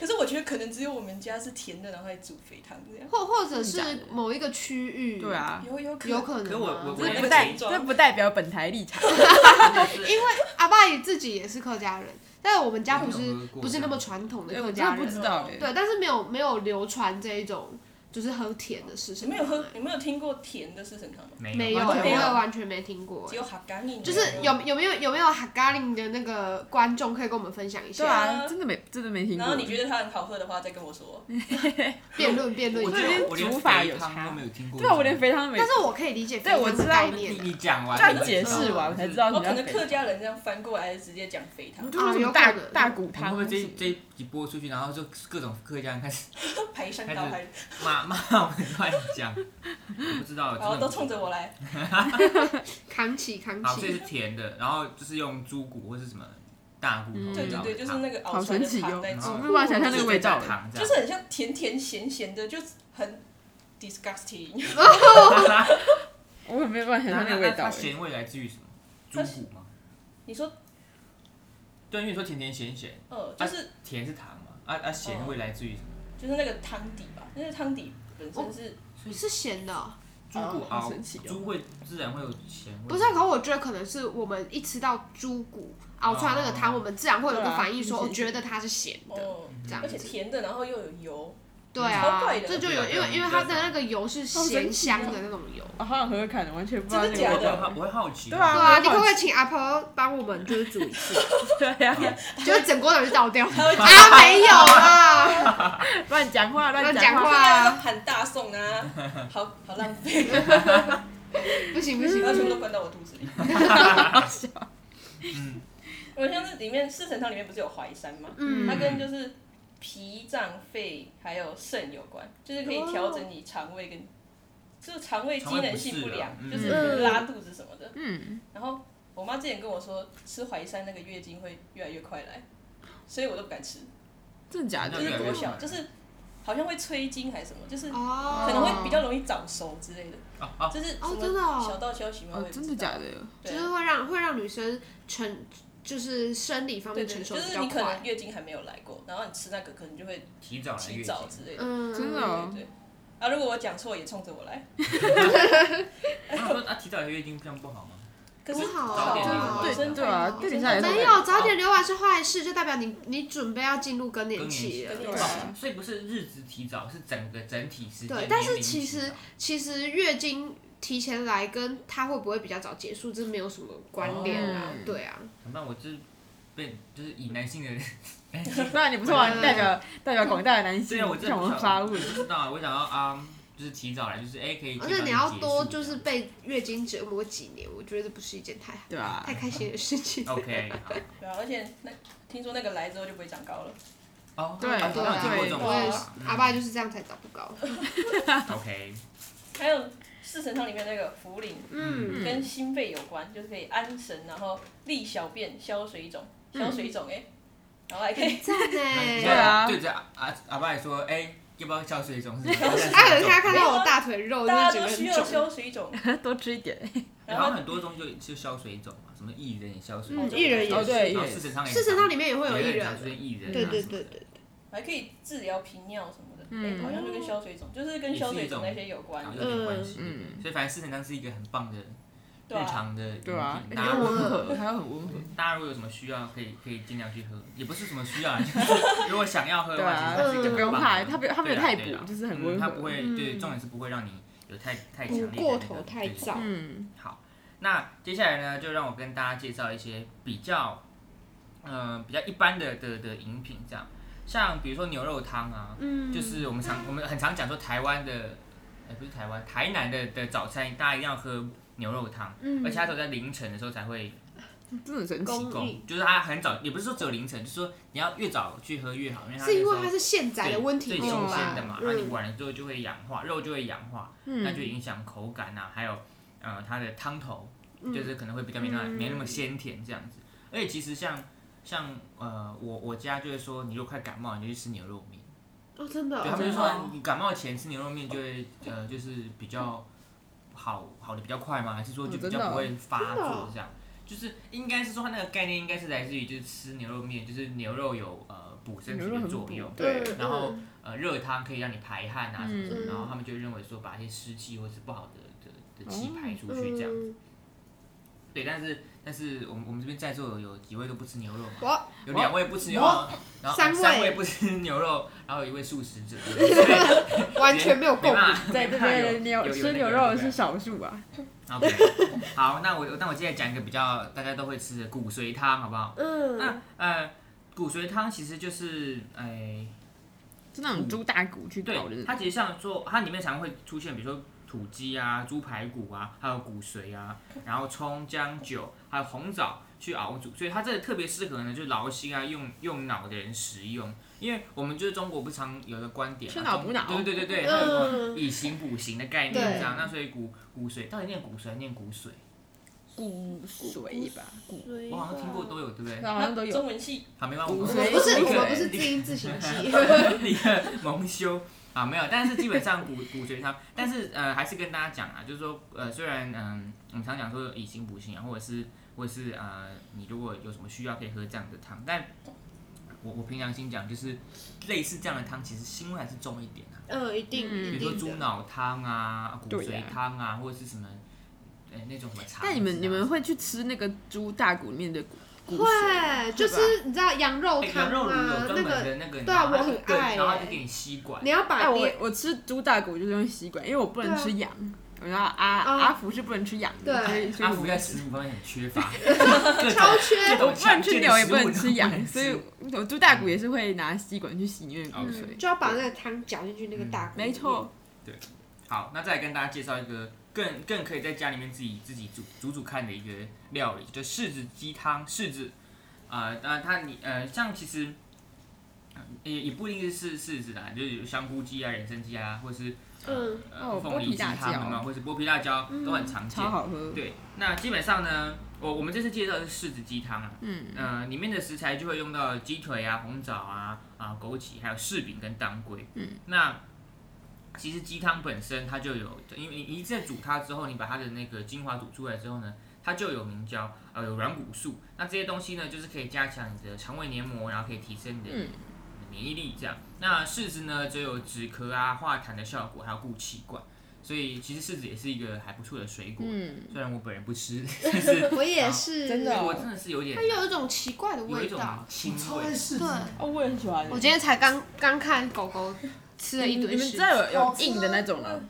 Speaker 5: 可是我觉得可能只有我们家是甜的，然后还煮肥汤这样，
Speaker 3: 或或者是
Speaker 2: 真的假的
Speaker 3: 某一个区域，
Speaker 2: 对，啊，
Speaker 5: 有有可
Speaker 3: 有
Speaker 5: 能。
Speaker 3: 可能
Speaker 1: 可
Speaker 3: 啊。
Speaker 1: 我我
Speaker 2: 这
Speaker 1: 我
Speaker 2: 不
Speaker 5: 不
Speaker 2: 代
Speaker 5: 代
Speaker 2: 这不代表本台立场。
Speaker 3: 因为阿爸也自己也是客家人，但是我们家不
Speaker 1: 没
Speaker 3: 是
Speaker 1: 有喝过
Speaker 3: 不是那么传统的客家
Speaker 2: 不
Speaker 3: 人，
Speaker 2: 知道哎、
Speaker 3: 对，但是没有没有流传这一种就是喝甜的事
Speaker 5: 你
Speaker 3: 情，
Speaker 5: 们有喝？你们有听过甜的四神汤吗？
Speaker 1: 没
Speaker 3: 没有
Speaker 1: 有啊
Speaker 3: 欸，我
Speaker 5: 没有
Speaker 3: 也完全没听过
Speaker 5: 只
Speaker 3: 欸，
Speaker 5: 有哈干饮，
Speaker 3: 就是有有没有有没有哈咖喱的那个观众可以跟我们分享一
Speaker 2: 对
Speaker 3: 下
Speaker 2: 啊，真的没真的没听过。
Speaker 5: 然后你觉得它很好喝的话，再跟我说。
Speaker 3: 嗯辩论辩论
Speaker 1: 我
Speaker 3: 一
Speaker 1: 觉得
Speaker 3: 下？
Speaker 2: 连
Speaker 1: 我连
Speaker 2: 煮法
Speaker 1: 肥
Speaker 2: 有
Speaker 1: 汤
Speaker 2: 差
Speaker 1: 都没有听过这
Speaker 2: 对
Speaker 1: 种。
Speaker 2: 啊，我连肥汤都没。
Speaker 3: 但是我可以理解非
Speaker 2: 对我
Speaker 3: 常的
Speaker 2: 知道
Speaker 3: 概
Speaker 1: 你
Speaker 3: 念，
Speaker 1: 你讲完，
Speaker 2: 他
Speaker 1: 你就
Speaker 2: 解
Speaker 1: 知道
Speaker 2: 释
Speaker 1: 了
Speaker 2: 完我
Speaker 1: 就
Speaker 2: 才
Speaker 1: 是
Speaker 2: 知道
Speaker 5: 哦，
Speaker 2: 你
Speaker 5: 可
Speaker 2: 要
Speaker 5: 能
Speaker 2: 肥
Speaker 5: 客家人这样翻过来直接讲肥汤，
Speaker 2: 就是什
Speaker 3: 啊有
Speaker 2: 么
Speaker 3: 可
Speaker 2: 大
Speaker 3: 能
Speaker 2: 大骨
Speaker 1: 我们
Speaker 2: 汤
Speaker 1: 会不会
Speaker 2: 啊
Speaker 1: 这
Speaker 2: 什
Speaker 1: 一
Speaker 2: 么
Speaker 1: 这一播出去，然后就各种客家人开始
Speaker 5: 排山倒海，
Speaker 1: 骂 骂我们乱讲？我不知道，
Speaker 5: 然后
Speaker 1: 真的
Speaker 5: 哦都冲着我来。
Speaker 2: 嗯
Speaker 3: 扛起扛
Speaker 1: 好，所以
Speaker 3: 起
Speaker 1: 是，甜的，然后就是用猪骨或是什么大骨头
Speaker 2: 嗯
Speaker 5: 对对
Speaker 1: 料
Speaker 5: 对，
Speaker 1: 理
Speaker 5: 就是
Speaker 1: 汤
Speaker 5: 那个
Speaker 2: 好嗯
Speaker 5: 熬出来
Speaker 2: 神
Speaker 5: 的
Speaker 3: 哦
Speaker 1: 哦
Speaker 2: 奇
Speaker 5: 糖
Speaker 2: 哟、
Speaker 5: 在
Speaker 2: 我
Speaker 5: 煮，
Speaker 2: 没有办法想象那个味道
Speaker 1: 就是在。糖这
Speaker 5: 就
Speaker 1: 样
Speaker 5: 是很像甜甜咸咸的，就很 disgusting。
Speaker 2: 欸我没有办法想象那个味道
Speaker 1: 它
Speaker 2: 哎、
Speaker 1: 咸味来自于什么？猪骨吗？
Speaker 5: 你说，
Speaker 1: 对，因为你说甜甜咸咸，
Speaker 5: 呃，
Speaker 2: 啊
Speaker 5: 就是
Speaker 1: 甜是糖嘛，啊啊咸
Speaker 5: 哦
Speaker 1: 味来自于什么？
Speaker 5: 就是那个汤底吧，那个汤底本身是
Speaker 3: 是咸的哦，
Speaker 1: 猪骨
Speaker 2: 哦好
Speaker 1: 熬
Speaker 2: 神奇哦
Speaker 1: 猪会自然会有咸味。
Speaker 3: 不是啊？可我觉得可能是我们一吃到猪骨熬出来那个汤，
Speaker 1: 哦
Speaker 3: 我们自然会有一个
Speaker 2: 对啊
Speaker 3: 反应，说
Speaker 2: 理解
Speaker 3: 我觉得它是咸的，
Speaker 5: 哦，
Speaker 3: 这样
Speaker 5: 而且
Speaker 3: 子。
Speaker 5: 甜的，然后又有油，
Speaker 3: 对
Speaker 5: 超
Speaker 3: 啊
Speaker 5: 怪，的
Speaker 3: 这就有因为因为它的那个油是咸香的那种油。
Speaker 2: 我哦好想喝喝看，完全不知道那个
Speaker 5: 真的
Speaker 1: 我会
Speaker 2: 味
Speaker 5: 假的
Speaker 2: 道。
Speaker 1: 好我会好奇。
Speaker 2: 对
Speaker 3: 对
Speaker 2: 啊
Speaker 3: 啊，你可不可以请阿婆帮我们就是煮一次，
Speaker 2: 对啊呀、
Speaker 3: 就是整锅人就倒掉？啊，没有啊，
Speaker 2: 乱讲话，
Speaker 3: 乱
Speaker 2: 讲
Speaker 3: 讲话
Speaker 5: 要喊大宋啊，好好浪费，
Speaker 3: 不行不行
Speaker 5: 然
Speaker 3: 不
Speaker 5: 后全
Speaker 3: 行，
Speaker 5: 部都灌到我肚子里。
Speaker 2: 话
Speaker 1: 嗯，
Speaker 5: 我呃像是里面四神汤里面不是有淮山吗？它
Speaker 3: 嗯，
Speaker 5: 跟就是脾脏、肺还有肾有关，就是可以调整你肠胃跟，就是肠胃机能性不良，
Speaker 1: 肠胃
Speaker 5: 就
Speaker 1: 不适
Speaker 5: 是
Speaker 1: 啊
Speaker 2: 嗯
Speaker 5: 拉肚子什么的。
Speaker 2: 嗯，
Speaker 5: 然后我妈之前跟我说，吃淮山那个月经会越来越快来，所以我都不敢吃，
Speaker 2: 真的假
Speaker 1: 那
Speaker 5: 就
Speaker 2: 的？
Speaker 1: 越
Speaker 5: 是
Speaker 1: 来越
Speaker 5: 多
Speaker 1: 快
Speaker 5: 小，就是好像会催经还是什么，就是
Speaker 3: 哦，
Speaker 5: 可能会比较容易早熟之类的，
Speaker 1: 啊啊，
Speaker 5: 就是什
Speaker 3: 哦真的哦
Speaker 5: 么小道消息吗？
Speaker 2: 哦
Speaker 5: 我，也不
Speaker 2: 真的
Speaker 5: 知道
Speaker 2: 假的？
Speaker 5: 对啊
Speaker 3: 就是会让会让女生成就是生理方
Speaker 5: 对
Speaker 3: 面成
Speaker 5: 对，
Speaker 3: 熟
Speaker 5: 就
Speaker 3: 比
Speaker 5: 是
Speaker 3: 较
Speaker 5: 你可
Speaker 3: 快
Speaker 5: 能，月经还没有来过，然后你吃那个可能就会
Speaker 1: 提早来
Speaker 5: 提
Speaker 1: 月
Speaker 5: 早
Speaker 1: 经。
Speaker 5: 之类的。
Speaker 3: 嗯，
Speaker 2: 真的哦
Speaker 5: 对对。啊，如果我讲错也冲着我来，
Speaker 1: 我想说啊，提早来月经这样不好吗？
Speaker 5: 可是
Speaker 3: 不好
Speaker 1: 早点
Speaker 5: 早
Speaker 1: 对
Speaker 5: 生
Speaker 2: 对啊
Speaker 5: 太早
Speaker 2: 对你
Speaker 5: 生
Speaker 2: 下来
Speaker 5: 太
Speaker 2: 说
Speaker 5: 早
Speaker 3: 没有早点流完是坏事，就代表你你准备要进入更
Speaker 1: 更
Speaker 3: 年
Speaker 1: 年
Speaker 3: 期
Speaker 1: 期
Speaker 3: 了。
Speaker 5: 更年
Speaker 2: 对
Speaker 5: 期
Speaker 2: 啊
Speaker 1: 所以不是日子提早，是整个整体时间。
Speaker 3: 对但是其实其实月经提前来跟它会不会比较早结束，这没有什么关联啊。
Speaker 2: 哦
Speaker 3: 对啊，
Speaker 1: 嗯那我就是被就是以男性的人，
Speaker 2: 那你不错啊，你代表代表广大的男
Speaker 1: 虽
Speaker 2: 性
Speaker 1: 啊然我真的
Speaker 2: 向我
Speaker 1: 不
Speaker 2: 们
Speaker 1: 想
Speaker 2: 发
Speaker 1: 我
Speaker 2: 问。
Speaker 1: 不知道啊，我想要啊、就是提早来，就是哎、可以提早
Speaker 3: 而
Speaker 1: 结束这样。
Speaker 3: 且你要多就是被月经折磨几年，我觉得这不是一件
Speaker 1: 啊
Speaker 3: 太
Speaker 2: 对吧、
Speaker 3: 太开心的事情。
Speaker 1: OK
Speaker 5: 对啊，而且那听说那个来之后就不会长高了，
Speaker 1: 好哦，
Speaker 2: 对
Speaker 1: 啊
Speaker 3: 对
Speaker 1: 我有
Speaker 3: 啊
Speaker 1: 听过这，种
Speaker 3: 我也
Speaker 1: 说
Speaker 3: 是
Speaker 1: 法，嗯
Speaker 3: 阿爸就是这样才长不高。
Speaker 1: OK，
Speaker 5: 还有四神汤里面那个茯苓
Speaker 3: 嗯，
Speaker 5: 跟心肺有关，就是可以安神，然后利小便、消水肿、
Speaker 2: 嗯
Speaker 5: 消水肿哎、然后还可以
Speaker 3: 赞
Speaker 1: 那你
Speaker 3: 呢
Speaker 1: 现。在
Speaker 2: 对啊
Speaker 1: 对着阿阿阿爸说，哎、要不要消水肿？是 不是
Speaker 3: 他可能他看到我大腿肉，就
Speaker 5: 大
Speaker 3: 是
Speaker 5: 家
Speaker 3: 整
Speaker 5: 都
Speaker 3: 个
Speaker 5: 需
Speaker 3: 人
Speaker 5: 要
Speaker 3: 肿。
Speaker 5: 消水肿，
Speaker 2: 多吃一点。
Speaker 5: 然
Speaker 1: 然后
Speaker 5: 后
Speaker 1: 很多东西就就消水肿嘛，什么薏仁也消水
Speaker 3: 嗯
Speaker 1: 肿，
Speaker 3: 薏仁也
Speaker 2: 哦对
Speaker 1: 然后
Speaker 2: 薏仁
Speaker 1: 四神汤也
Speaker 3: 四神汤里面也会有
Speaker 1: 也
Speaker 3: 薏
Speaker 1: 很常出
Speaker 3: 仁，
Speaker 1: 现薏仁啊，
Speaker 3: 对对对对，
Speaker 5: 还可以治疗频尿什么的，
Speaker 2: 嗯
Speaker 5: 哎、好像就跟消水肿，就是跟消水肿那些有关
Speaker 1: 然后
Speaker 5: 的，
Speaker 1: 有点关系。
Speaker 2: 嗯
Speaker 1: 所以反正四神汤是一个很棒的
Speaker 5: 对
Speaker 1: 日
Speaker 5: 啊，
Speaker 1: 常的饮品，
Speaker 2: 对啊，
Speaker 1: 大家
Speaker 2: 很
Speaker 1: 如果
Speaker 2: 温和，还要很 温和。
Speaker 1: 大家如果有什么需要，可以可以尽量去喝，也不是什么需 要，啊就是如果想要喝
Speaker 2: 对
Speaker 1: 的话，其
Speaker 2: 啊
Speaker 1: 实它是一，个
Speaker 2: 就不
Speaker 1: 很
Speaker 2: 用
Speaker 1: 棒
Speaker 2: 怕，
Speaker 1: 的
Speaker 2: 他不他没有
Speaker 1: 对啊
Speaker 2: 太
Speaker 1: 对啊
Speaker 2: 补，就是很
Speaker 1: 嗯
Speaker 2: 温
Speaker 1: 它不
Speaker 2: 和。
Speaker 1: 会对，重点是不会让你有太太强烈的
Speaker 3: 补
Speaker 1: 那个
Speaker 3: 过头太
Speaker 1: 对
Speaker 3: 早。
Speaker 2: 嗯，
Speaker 1: 好，那接下来呢，就让我跟大家介绍一些比较，呃，比较一般的的的饮品，这样，像比如说牛肉汤啊，
Speaker 3: 嗯，
Speaker 1: 就是我们常我们很常讲说台湾的，哎、不是台湾，台南的的早餐，大家一定要喝牛肉汤，
Speaker 3: 嗯
Speaker 1: 而且它都在凌晨的时候才会
Speaker 2: 真的很神
Speaker 1: 提
Speaker 2: 奇。
Speaker 3: 供
Speaker 1: 供
Speaker 3: 应，
Speaker 1: 就是它很早，也不是说只有凌晨，就是说你要越早去喝越好，因为它
Speaker 3: 是因为
Speaker 1: 那
Speaker 3: 它
Speaker 1: 时候
Speaker 3: 是现宰的
Speaker 1: 对
Speaker 3: 问题
Speaker 1: 最
Speaker 2: 肉
Speaker 1: 新
Speaker 2: 吧
Speaker 1: 鲜的嘛，那、你
Speaker 3: 嗯，
Speaker 1: 晚了之后就会氧化，肉就会氧化，那就
Speaker 2: 嗯，
Speaker 1: 影响口感啊，还有呃它的汤头，
Speaker 3: 嗯
Speaker 1: 就是可能会比较没那么、
Speaker 2: 嗯
Speaker 1: 没那么鲜甜这样子。而且其实像像呃我我家就是说，你如果快感冒，你就去吃牛肉面。
Speaker 3: 哦，真的
Speaker 1: 对他们
Speaker 3: 哦，
Speaker 1: 就
Speaker 5: 真的
Speaker 1: 说
Speaker 5: 哦
Speaker 1: 你感冒前吃牛肉面就会呃就是比较好好的比较快吗？还是说就
Speaker 2: 哦
Speaker 1: 比
Speaker 2: 真的
Speaker 1: 较
Speaker 2: 哦
Speaker 1: 不会发
Speaker 3: 真的哦
Speaker 1: 作这样？就是应该是说它那个概念应该是来自于就是吃牛肉面，就是牛肉有呃补身体的作用。
Speaker 2: 对
Speaker 1: 然后呃，热汤可以让你排汗啊什么什么，
Speaker 3: 嗯
Speaker 1: 然后他们就认为说把一些湿气或是不好的的的气排出去这样。
Speaker 3: 嗯，
Speaker 1: 对，但是但是我们我们这边在座有有几位都不吃牛肉嘛？
Speaker 3: 我
Speaker 1: 有两位不吃牛肉，然后
Speaker 3: 三位
Speaker 1: 三位不吃牛肉，然后有一位素食者，所以
Speaker 3: 完全没有共
Speaker 1: 没
Speaker 3: 鸣。
Speaker 1: 办法，
Speaker 2: 在
Speaker 1: 没
Speaker 2: 这
Speaker 1: 办法
Speaker 2: 边
Speaker 1: 有
Speaker 2: 的牛
Speaker 1: 有有
Speaker 2: 吃
Speaker 1: 那
Speaker 2: 牛
Speaker 1: 个
Speaker 2: 肉的
Speaker 1: 对
Speaker 2: 是少数啊，
Speaker 1: OK，好， 那我那我接下来讲一个比较大家都会吃的骨髓汤，好不好？
Speaker 3: 嗯，
Speaker 1: 那呃，骨髓汤其实就是哎、
Speaker 2: 是那种猪大骨去
Speaker 1: 对
Speaker 2: 搞的，
Speaker 1: 它其实像说它里面常会出现，比如说土鸡啊、猪排骨啊，还有骨髓啊，然后葱姜酒还有红枣去熬煮，所以它这个特别适合呢，就劳心啊、用用脑的人食用，因为我们就是中国不常有一个观点嘛，啊
Speaker 2: 吃脑
Speaker 1: 中
Speaker 2: 补脑
Speaker 1: 对对对对，
Speaker 3: 嗯
Speaker 1: 还有什么以形补形的概念
Speaker 3: 对
Speaker 1: 这样，那所以骨骨髓到底念骨髓还是念骨髓？
Speaker 2: 骨髓吧，骨
Speaker 1: 我好像听过都有，对不对？
Speaker 2: 好像都
Speaker 5: 中
Speaker 2: 有。
Speaker 5: 文系
Speaker 1: 好，没办法，我们
Speaker 2: 骨髓
Speaker 3: 啊不是
Speaker 1: 一
Speaker 3: 我
Speaker 1: 个
Speaker 3: 们不是
Speaker 1: 一
Speaker 3: 字
Speaker 1: 个
Speaker 3: 音字形 系，
Speaker 1: 你的蒙羞啊，没有，但是基本上骨骨髓汤，但是呃，还是跟大家讲啊，就是说呃，虽然嗯、我们常讲说以形补形啊，或者是或者是呃，你如果有什么需要可以喝这样的汤，但我我凭良心讲，就是类似这样的汤，其实腥味还是重一点啊，
Speaker 3: 嗯，一定
Speaker 2: 嗯
Speaker 1: 比
Speaker 3: 一
Speaker 1: 如说
Speaker 3: 定
Speaker 1: 猪
Speaker 3: 的。
Speaker 1: 脑汤啊、骨
Speaker 2: 对
Speaker 1: 髓
Speaker 2: 啊
Speaker 1: 汤啊，或者是什么呃那种什么肠子啊。
Speaker 2: 但你们你们会去吃那个猪大骨里面的骨骨髓？啊
Speaker 3: 会，就是你知道羊肉
Speaker 1: 哎
Speaker 3: 汤
Speaker 1: 羊肉卤
Speaker 3: 啊
Speaker 1: 有，
Speaker 3: 那
Speaker 1: 专门
Speaker 3: 个
Speaker 1: 的那个，
Speaker 3: 对啊
Speaker 1: 然后它
Speaker 3: 我
Speaker 1: 就
Speaker 3: 很
Speaker 1: 对
Speaker 3: 爱
Speaker 1: 然后它
Speaker 3: 欸
Speaker 1: 就给你吸管
Speaker 3: 你，要
Speaker 2: 哎，
Speaker 3: 把
Speaker 2: 我
Speaker 3: 别
Speaker 2: 我吃猪大骨就是用吸管，因为我不能吃羊。我知道阿
Speaker 3: 啊
Speaker 2: 阿福是不能吃羊的，
Speaker 3: 对
Speaker 2: 所以所以
Speaker 1: 阿
Speaker 2: 我
Speaker 1: 福
Speaker 2: 不
Speaker 1: 在啊
Speaker 2: 能
Speaker 1: 食物方面很缺 乏，
Speaker 3: 超缺
Speaker 1: 这种
Speaker 2: 我不能
Speaker 1: 强
Speaker 2: 吃
Speaker 1: 健的
Speaker 2: 牛，也
Speaker 1: 食
Speaker 2: 不
Speaker 1: 物
Speaker 2: 能
Speaker 1: 都
Speaker 2: 吃哦
Speaker 1: 不
Speaker 2: 羊，
Speaker 1: 能
Speaker 2: 所以
Speaker 1: 吃
Speaker 2: 我猪大骨也是会拿吸管去洗里面的骨
Speaker 1: 嗯
Speaker 2: 髓。
Speaker 3: 就要把那个汤搅进去那个大锅里面。
Speaker 2: 没错，
Speaker 1: 好，那再来跟大家介绍一个更更可以在家里面自己自己煮煮煮看的一个料理，就柿子鸡汤。柿子，啊、当然它你呃，像其实呃也也不一定是柿柿子啦，就是有香菇鸡啊、人参鸡啊，或是呃
Speaker 3: 嗯
Speaker 1: 呃
Speaker 2: 哦
Speaker 1: 凤梨鸡汤
Speaker 2: 剥皮辣椒嗯
Speaker 1: 啊，或是剥皮辣椒都很常见
Speaker 2: 超。好喝。
Speaker 1: 对，那基本上呢，我我们这次介绍的是柿子鸡汤啊，
Speaker 2: 嗯，
Speaker 1: 呃，里面的食材就会用到鸡腿啊、红枣啊、啊枸杞，还有柿饼跟当归。
Speaker 2: 嗯，
Speaker 1: 那其实鸡汤本身它就有，因为你你一直在煮它之后，你把它的那个精华煮出来之后呢，它就有明胶，呃，有软骨素，那这些东西呢，就是可以加强你的肠胃黏膜，然后可以提升你的
Speaker 2: 嗯
Speaker 1: 免疫力这样。那柿子呢，则有止咳啊、化痰的效果，还有固气管。所以其实柿子也是一个还不错的水果，
Speaker 2: 嗯，
Speaker 1: 虽然我本人不吃，但是
Speaker 3: 我也是，
Speaker 5: 真的哦
Speaker 1: 我真的是有点
Speaker 3: 它有一种奇怪的
Speaker 1: 有一
Speaker 3: 哎味
Speaker 1: 种
Speaker 3: 道。
Speaker 1: 腥
Speaker 4: 超
Speaker 1: 味
Speaker 4: 爱。柿子，
Speaker 3: 对
Speaker 2: 哦，我也很喜欢
Speaker 3: 我今天才刚刚看狗狗吃了一
Speaker 2: 你
Speaker 3: 堆
Speaker 2: 们
Speaker 3: 屎
Speaker 2: 知，道有有硬的那种了？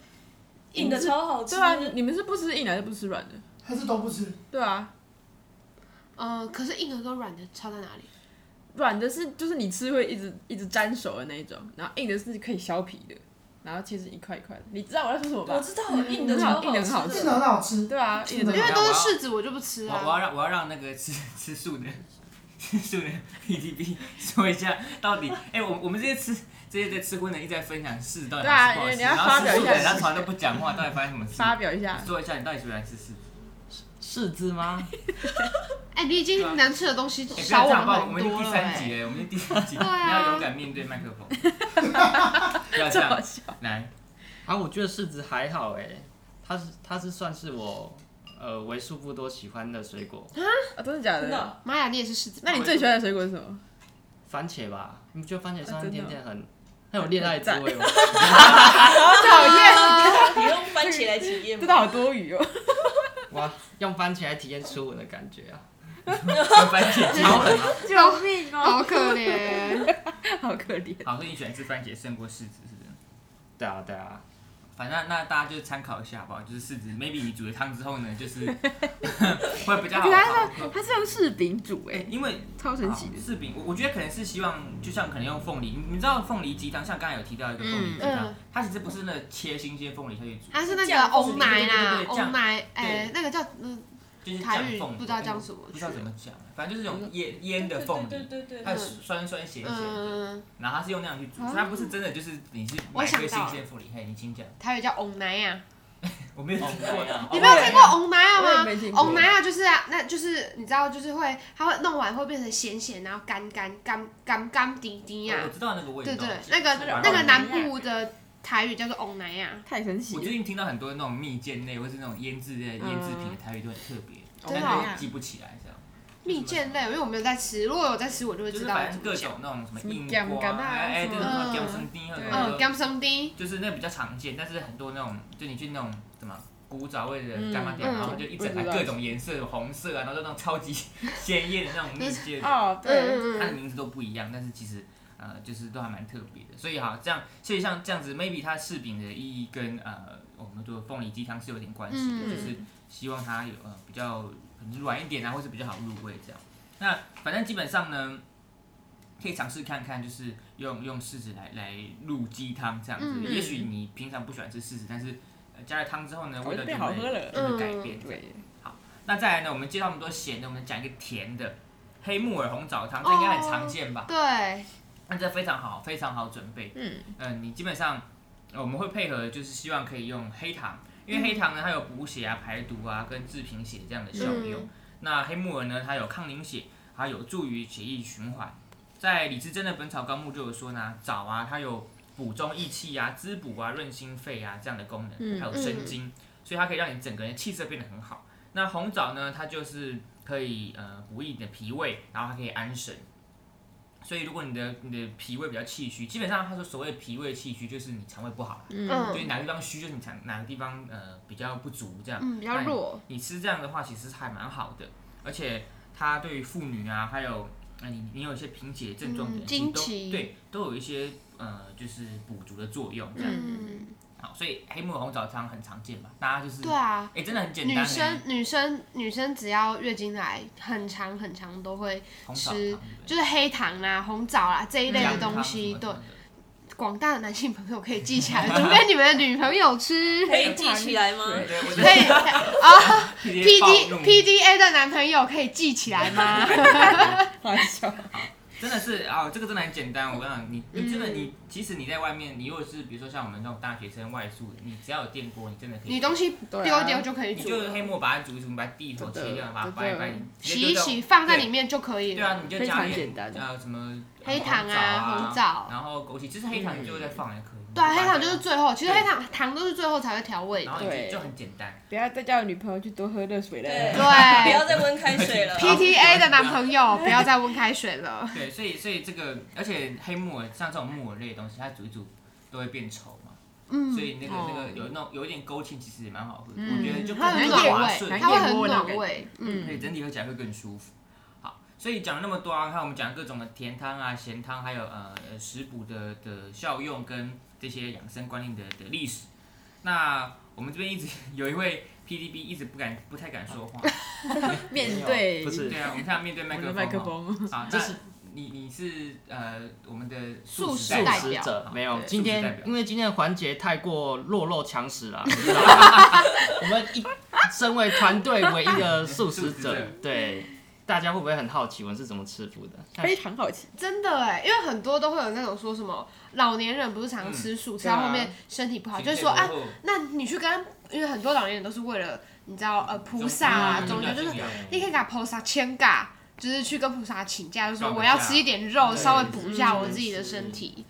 Speaker 5: 硬的超好吃，哦
Speaker 2: 对啊，你们是不吃硬的还是不吃软的？
Speaker 4: 还是都不吃。
Speaker 2: 对啊，
Speaker 3: 嗯，可是硬的跟软的差在哪里？
Speaker 2: 软的是就是你吃会一直一直沾手的那一种，然后硬的是可以削皮的，然后切成一块一块的。你知道我在说什么
Speaker 5: 我
Speaker 2: 吧？
Speaker 5: 知道硬的超
Speaker 2: 嗯硬的很好
Speaker 5: 好
Speaker 4: 这
Speaker 5: 吃
Speaker 2: 吃
Speaker 5: 的，
Speaker 4: 的很好吃，
Speaker 2: 对啊，硬的
Speaker 3: 因
Speaker 2: 真的
Speaker 3: 为
Speaker 2: 好
Speaker 3: 都是柿子，我就不吃
Speaker 1: 我我要
Speaker 3: 啊。
Speaker 1: 让我要让那个吃 吃素的吃素的 PTB 说一下到底，哎、我我们这些吃这些在吃荤的一直在分享柿子到底
Speaker 2: 对
Speaker 1: 好
Speaker 2: 啊
Speaker 1: 吃不好吃，
Speaker 2: 你要
Speaker 1: 然后
Speaker 2: 发
Speaker 1: 吃
Speaker 2: 表
Speaker 1: 素
Speaker 2: 一
Speaker 1: 的
Speaker 2: 下
Speaker 1: 人他从来都不讲话，到底发生什么事？
Speaker 2: 发表一下，
Speaker 1: 说一下你到底喜不喜欢吃柿子？柿子吗？
Speaker 3: 哎，你已经难吃的东西
Speaker 1: 哎、不
Speaker 3: 少
Speaker 1: 要
Speaker 3: 我
Speaker 1: 这样吧，我
Speaker 3: 很
Speaker 1: 们已经
Speaker 3: 多
Speaker 1: 第
Speaker 3: 了。
Speaker 1: 三
Speaker 3: 哎
Speaker 1: 集了，我们已经第三集，
Speaker 3: 对啊
Speaker 1: 你要勇敢面对麦克风，不要这
Speaker 2: 这么
Speaker 1: 样，
Speaker 2: 笑。
Speaker 1: 来，
Speaker 6: 啊，我觉得柿子还好哎、它是它是算是我呃为数不多喜欢的水果，
Speaker 2: 啊，真的假
Speaker 5: 真的
Speaker 2: 的？
Speaker 5: 哦
Speaker 3: 玛雅，你也是柿子？
Speaker 2: 那你最喜欢的水果是什么？
Speaker 6: 番茄吧，你不觉得
Speaker 1: 啊
Speaker 6: 番茄酸
Speaker 2: 真的
Speaker 6: 酸甜甜很很有恋爱滋味吗？
Speaker 2: 讨
Speaker 3: 哎
Speaker 2: 厌，
Speaker 5: 你用番茄来体验
Speaker 2: 真
Speaker 5: 吗
Speaker 2: 的？好多余哦。
Speaker 6: 哇，用番茄来体验初吻的感觉啊！
Speaker 1: 番茄鸡腿吗？
Speaker 2: 救命！啊
Speaker 3: 好可怜，
Speaker 2: 好可怜。
Speaker 1: 好，所以你喜欢吃番茄胜过柿子，是不是？
Speaker 6: 对啊对啊，
Speaker 1: 反正那大家就参考一下好不好？就是柿子，maybe 你煮了汤之后呢，就是 会比较好
Speaker 2: 可是它
Speaker 1: 好。
Speaker 2: 啊是它是用柿饼煮哎、
Speaker 1: 因为
Speaker 2: 超神奇
Speaker 1: 好
Speaker 2: 的。
Speaker 1: 柿饼，我我觉得可能是希望，就像可能用凤梨，你你知道凤梨鸡汤，像刚才有提到一个凤梨鸡汤，
Speaker 3: 嗯嗯
Speaker 1: 它其实不是那切新鲜凤梨下去煮，
Speaker 3: 它是那个
Speaker 5: 酱
Speaker 3: 欧奶啦
Speaker 1: 对对对，
Speaker 3: 欧
Speaker 1: 酱
Speaker 3: 奶，哎，那个叫嗯
Speaker 1: 就是
Speaker 3: 台
Speaker 1: 酱
Speaker 3: 语
Speaker 1: 凤梨，
Speaker 3: 不知道叫什么嗯
Speaker 1: 不知道怎么讲，啊反正就是那种腌腌的凤
Speaker 5: 对
Speaker 1: 梨，
Speaker 5: 对对对
Speaker 1: 它
Speaker 5: 对，
Speaker 1: 是酸酸咸咸的，
Speaker 3: 嗯，
Speaker 1: 然后它是用那样去煮，
Speaker 3: 哦
Speaker 1: 它不是真的就是你是
Speaker 3: 我
Speaker 1: 买一
Speaker 3: 想
Speaker 1: 个
Speaker 3: 到
Speaker 1: 新
Speaker 3: 了
Speaker 1: 鲜凤梨，嘿，你请讲，
Speaker 3: 台语叫欧奶呀。
Speaker 1: 我没有听过
Speaker 6: 哦没有
Speaker 3: 你没有听过欧奶亚
Speaker 2: 我也
Speaker 3: 吗
Speaker 2: 没听？过
Speaker 3: 欧奶亚就是啊，那就是你知道，就是会它会弄完会变成咸咸，然后干干干干干滴滴呀
Speaker 1: 哦我。知道那个味道，
Speaker 3: 对对，那个
Speaker 1: 是吧哦
Speaker 3: 那个南部的台语叫做欧奶啊亚，
Speaker 2: 太神奇
Speaker 1: 我
Speaker 2: 了
Speaker 1: 最！近听到很多那种蜜饯类或是那种腌制类、腌制品的台语都很特别，
Speaker 2: 真
Speaker 1: 但
Speaker 2: 的
Speaker 1: 是
Speaker 2: 哦
Speaker 1: 我记不起来这样。
Speaker 3: 嗯啊蜜饯类，因为我没有在吃，如果有在吃，我就会
Speaker 1: 就
Speaker 3: 知
Speaker 1: 是
Speaker 3: 道我
Speaker 1: 反
Speaker 3: 怎
Speaker 1: 正
Speaker 3: 么
Speaker 1: 各
Speaker 3: 讲
Speaker 1: 种。那种什么
Speaker 2: 什么
Speaker 1: 硬
Speaker 2: 咸
Speaker 1: 瓜
Speaker 2: 干啊
Speaker 1: 啊，哎，
Speaker 2: 什
Speaker 1: 对，
Speaker 2: 么
Speaker 1: 什么
Speaker 3: 嗯
Speaker 1: gam 生丁，
Speaker 2: 对
Speaker 3: 嗯
Speaker 1: 很多
Speaker 3: ，gam something，
Speaker 1: 就是那比较常见，但是很多那种，就你去那种什么古早味的
Speaker 2: 嗯
Speaker 1: 干妈店，
Speaker 3: 嗯
Speaker 1: 然后就一整排各种颜色，红色啊，然后就那种超级鲜艳的那种蜜
Speaker 3: 嗯
Speaker 1: 饯，
Speaker 2: 哦，对，
Speaker 1: 它的名字都不一样，但是其实呃，就是都还蛮特别的。所以哈，这样，所以像这样子，maybe 它柿饼的意义跟呃我们做凤梨鸡汤是有点关系的，
Speaker 3: 嗯
Speaker 1: 就是希望它有呃比较软一点啊，或是比较好入味这样。那反正基本上呢。可以尝试看看，就是用用柿子来来入鸡汤这样子。
Speaker 3: 嗯
Speaker 1: 也许你平常不喜欢吃柿子，但是呃加了汤之后呢，
Speaker 2: 哦
Speaker 1: 味道就
Speaker 2: 变好喝
Speaker 1: 会
Speaker 2: 了
Speaker 1: 就会改
Speaker 3: 嗯
Speaker 1: 变。
Speaker 2: 对，
Speaker 1: 那再来呢，我们介绍那么多咸的，我们讲一个甜的，黑木耳红枣
Speaker 2: 哦
Speaker 1: 汤，这应该很常见吧？
Speaker 3: 对，
Speaker 1: 那这非常好，非常好准备。
Speaker 2: 嗯
Speaker 1: 嗯、你基本上呃我们会配合，就是希望可以用黑糖，因
Speaker 2: 嗯
Speaker 1: 为黑糖呢它有补血啊、排毒啊跟治贫血这样的效用。
Speaker 3: 嗯
Speaker 1: 那黑木耳呢，它有抗凝血，还有助于血液循环。在李时珍的《本草纲目》就有说呢，枣啊它有补中益气啊、滋补啊、润心肺啊这样的功能，
Speaker 2: 嗯
Speaker 1: 还有生津，所以它可以让你整个人气色变得很好。那红枣呢，它就是可以呃补益你的脾胃，然后还可以安神。所以如果你的你的脾胃比较气虚，基本上他说所谓脾胃气虚，就是你肠胃不好啦，
Speaker 3: 嗯
Speaker 1: 就是你哪个地方虚，就是你肠哪个地方呃比较不足这样。
Speaker 3: 嗯，比较弱，
Speaker 1: 你吃这样的话，其实还蛮好的，而且它对于妇女啊，还有呃你你有一些贫血症状的人，
Speaker 3: 嗯
Speaker 1: 其实
Speaker 3: 经
Speaker 1: 都
Speaker 3: 期
Speaker 1: 对都有一些呃就是补足的作用这样。
Speaker 3: 嗯，
Speaker 1: 好，所以黑木耳红枣汤很常见嘛，大家就是
Speaker 3: 对啊，
Speaker 1: 哎、真的很简单、欸，
Speaker 3: 女生女生女生只要月经来，很长很长都会
Speaker 1: 红枣汤
Speaker 3: 吃
Speaker 1: 对不对
Speaker 3: 就是黑糖啦、红枣啦这一类
Speaker 1: 嗯
Speaker 3: 的
Speaker 1: 姜汤
Speaker 3: 东
Speaker 1: 什
Speaker 3: 西，
Speaker 1: 么
Speaker 3: 对
Speaker 1: 什么的
Speaker 3: 广大的男性朋友可以记起来，准备你们的女朋友 吃。
Speaker 5: 可以记起来吗？
Speaker 2: 对
Speaker 1: 对，我觉
Speaker 3: 可以啊
Speaker 1: 得
Speaker 3: P D
Speaker 1: 暴怒
Speaker 3: P D A 的男朋友可以记起来吗？
Speaker 2: 开玩笑，
Speaker 1: 真的是啊、这个真的很简单。我跟你讲，你你真的
Speaker 3: 嗯
Speaker 1: 你，即使你在外面，你如果是比如说像我们这种大学生外宿，你只要有电锅，你真的可以。
Speaker 3: 你东西
Speaker 2: 对
Speaker 3: 丢一
Speaker 2: 啊
Speaker 3: 丢就可以
Speaker 1: 你
Speaker 3: 煮
Speaker 1: 就
Speaker 3: 了，
Speaker 1: 是黑木把它煮一煮，你把地头
Speaker 2: 真
Speaker 1: 切
Speaker 2: 的
Speaker 1: 掉，把它
Speaker 2: 真的
Speaker 1: 掰一掰，你直接
Speaker 3: 洗一
Speaker 1: 就
Speaker 3: 洗放在
Speaker 1: 对
Speaker 3: 里面就可以
Speaker 1: 对啊，
Speaker 3: 了。
Speaker 1: 你就
Speaker 2: 非
Speaker 1: 加
Speaker 2: 常
Speaker 1: 点
Speaker 2: 简单
Speaker 1: 呃什么
Speaker 3: 黑糖啊
Speaker 1: 啊、
Speaker 3: 红枣
Speaker 1: 然后枸杞，其实黑糖你
Speaker 2: 嗯
Speaker 1: 最后再放也可以。
Speaker 3: 对啊，
Speaker 1: 你
Speaker 3: 黑
Speaker 1: 就把它
Speaker 3: 糖就是最后，其实
Speaker 1: 对
Speaker 3: 黑糖糖都是最后才会调味
Speaker 1: 然
Speaker 3: 的。
Speaker 1: 后你就
Speaker 2: 对
Speaker 1: 就很简单。
Speaker 2: 不要再叫女朋友去多喝热水
Speaker 5: 对
Speaker 2: 了。
Speaker 5: 不
Speaker 3: 对
Speaker 5: 要再温开水了。
Speaker 3: ，P T A 的男 朋友不要再温开水了。
Speaker 1: 对，所以所以这个，而且黑木耳像这种木耳类的东西，它煮一煮都会变稠嘛，
Speaker 3: 嗯，
Speaker 1: 所以那个
Speaker 2: 哦
Speaker 1: 那个有那种有一点勾芡，其实也蛮好喝的。
Speaker 2: 嗯
Speaker 1: 我觉得就
Speaker 3: 它
Speaker 1: 更
Speaker 3: 很
Speaker 2: 很
Speaker 1: 加
Speaker 2: 野
Speaker 1: 滑
Speaker 3: 暖
Speaker 1: 顺
Speaker 3: 胃，
Speaker 2: 很
Speaker 3: 它会
Speaker 2: 野
Speaker 3: 很
Speaker 2: 味那种
Speaker 3: 暖
Speaker 2: 感
Speaker 3: 胃。嗯，
Speaker 1: 所以整体喝起来会更舒服。好，所以讲了那么多啊，看我们讲各种的甜汤啊、咸汤，还有呃呃食补的的效用跟这些养生观念的的历史。那我们这边一直 有一位 PDB 一直不敢、不太敢说话。
Speaker 2: 面对
Speaker 6: 不是
Speaker 1: 对啊，我们看他面对
Speaker 2: 我
Speaker 1: 麦
Speaker 2: 们
Speaker 1: 克
Speaker 2: 的
Speaker 1: 风。
Speaker 2: 麦克。
Speaker 3: 嗯
Speaker 2: 风，哦
Speaker 1: 好，
Speaker 6: 这
Speaker 1: 那
Speaker 6: 是
Speaker 1: 啊你你是呃我们的
Speaker 3: 素
Speaker 1: 食代
Speaker 3: 食代
Speaker 6: 素
Speaker 1: 表
Speaker 6: 食
Speaker 3: 表嗯
Speaker 6: 者没有
Speaker 2: 对，
Speaker 6: 今
Speaker 1: 素食代
Speaker 6: 天
Speaker 1: 表
Speaker 6: 因为今天的环节太过弱肉强食了，你知道吗 我们一身为团队唯一的素食
Speaker 1: 素食者
Speaker 6: 者，对大家会不会很好奇我们是怎么吃素的？像
Speaker 2: 非常好奇。
Speaker 3: 真的哎，因为很多都会有那种说什么老年人不是常吃
Speaker 1: 嗯
Speaker 3: 素，吃到
Speaker 1: 啊
Speaker 3: 后面身体不好，就是说啊，，那你去跟，因为很多老年人都是为了你知道呃菩萨啊，
Speaker 1: 中
Speaker 3: 总之就是
Speaker 1: 嗯
Speaker 3: 你可以给菩萨签尬，就是去跟菩萨请假，就说
Speaker 1: 告个
Speaker 3: 我要
Speaker 1: 假
Speaker 3: 吃一点肉，
Speaker 1: 对
Speaker 3: 稍微补一下
Speaker 2: 嗯
Speaker 3: 我自己的身体。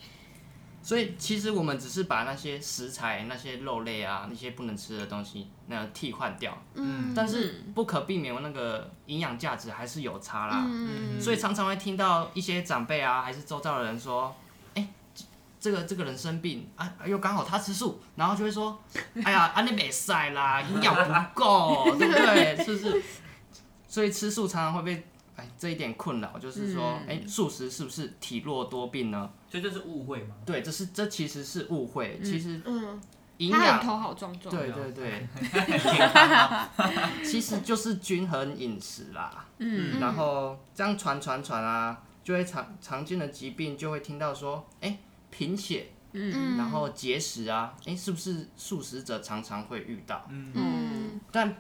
Speaker 6: 所以其实我们只是把那些食材、那些肉类啊、那些不能吃的东西，那个替换掉，
Speaker 1: 嗯
Speaker 6: 但是不可避免，那个营养价值还是有差啦。
Speaker 3: 嗯，
Speaker 6: 所以常常会听到一些长辈啊，还是周遭的人说，哎、这这个这个人生病啊，又刚好他吃素，然后就会说， 哎呀，啊你没晒啦，营养不够，对不对？是不是？所以吃素常常会被哎这一点困扰，就是说，
Speaker 3: 嗯
Speaker 6: 哎、素食是不是体弱多病呢？
Speaker 1: 所以这是误会嘛？
Speaker 6: 对，这是这其实是误会，其实
Speaker 3: 嗯，
Speaker 6: 营
Speaker 3: 他很
Speaker 6: 养。
Speaker 3: 头好壮壮。
Speaker 6: 对
Speaker 1: 重要
Speaker 6: 对对，其实就是均衡饮食啦。嗯，然后这样传传传啊，就会常常见的疾病就会听到说，哎、贫血，
Speaker 3: 嗯，
Speaker 6: 然后节食啊，哎、是不是素食者常常会遇到？
Speaker 3: 嗯
Speaker 6: 但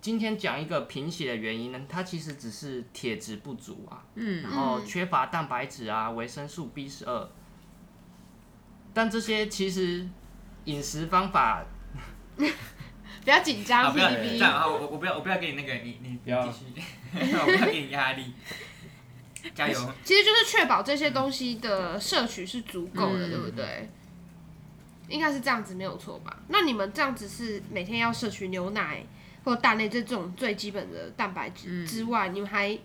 Speaker 6: 今天讲一个贫血的原因呢，它其实只是铁质不足啊，嗯，然后缺乏蛋白质啊，维生素 B 十二，但这些其实饮食方法
Speaker 3: 不要紧
Speaker 1: 啊，
Speaker 3: 张
Speaker 1: 不要
Speaker 3: ，P
Speaker 1: 这
Speaker 3: D
Speaker 1: 样
Speaker 3: B。
Speaker 1: 啊！我我不要我不要给你那个你你
Speaker 6: 不要
Speaker 1: 继续， 我不要给你压力，加油！
Speaker 3: 其实就是确保这些东西的摄取是足够的，
Speaker 2: 嗯
Speaker 3: 对不对？应该是这样子没有错吧？那你们这样子是每天要摄取牛奶，或蛋类这种最基本的蛋白
Speaker 6: 嗯
Speaker 3: 质之外，你们还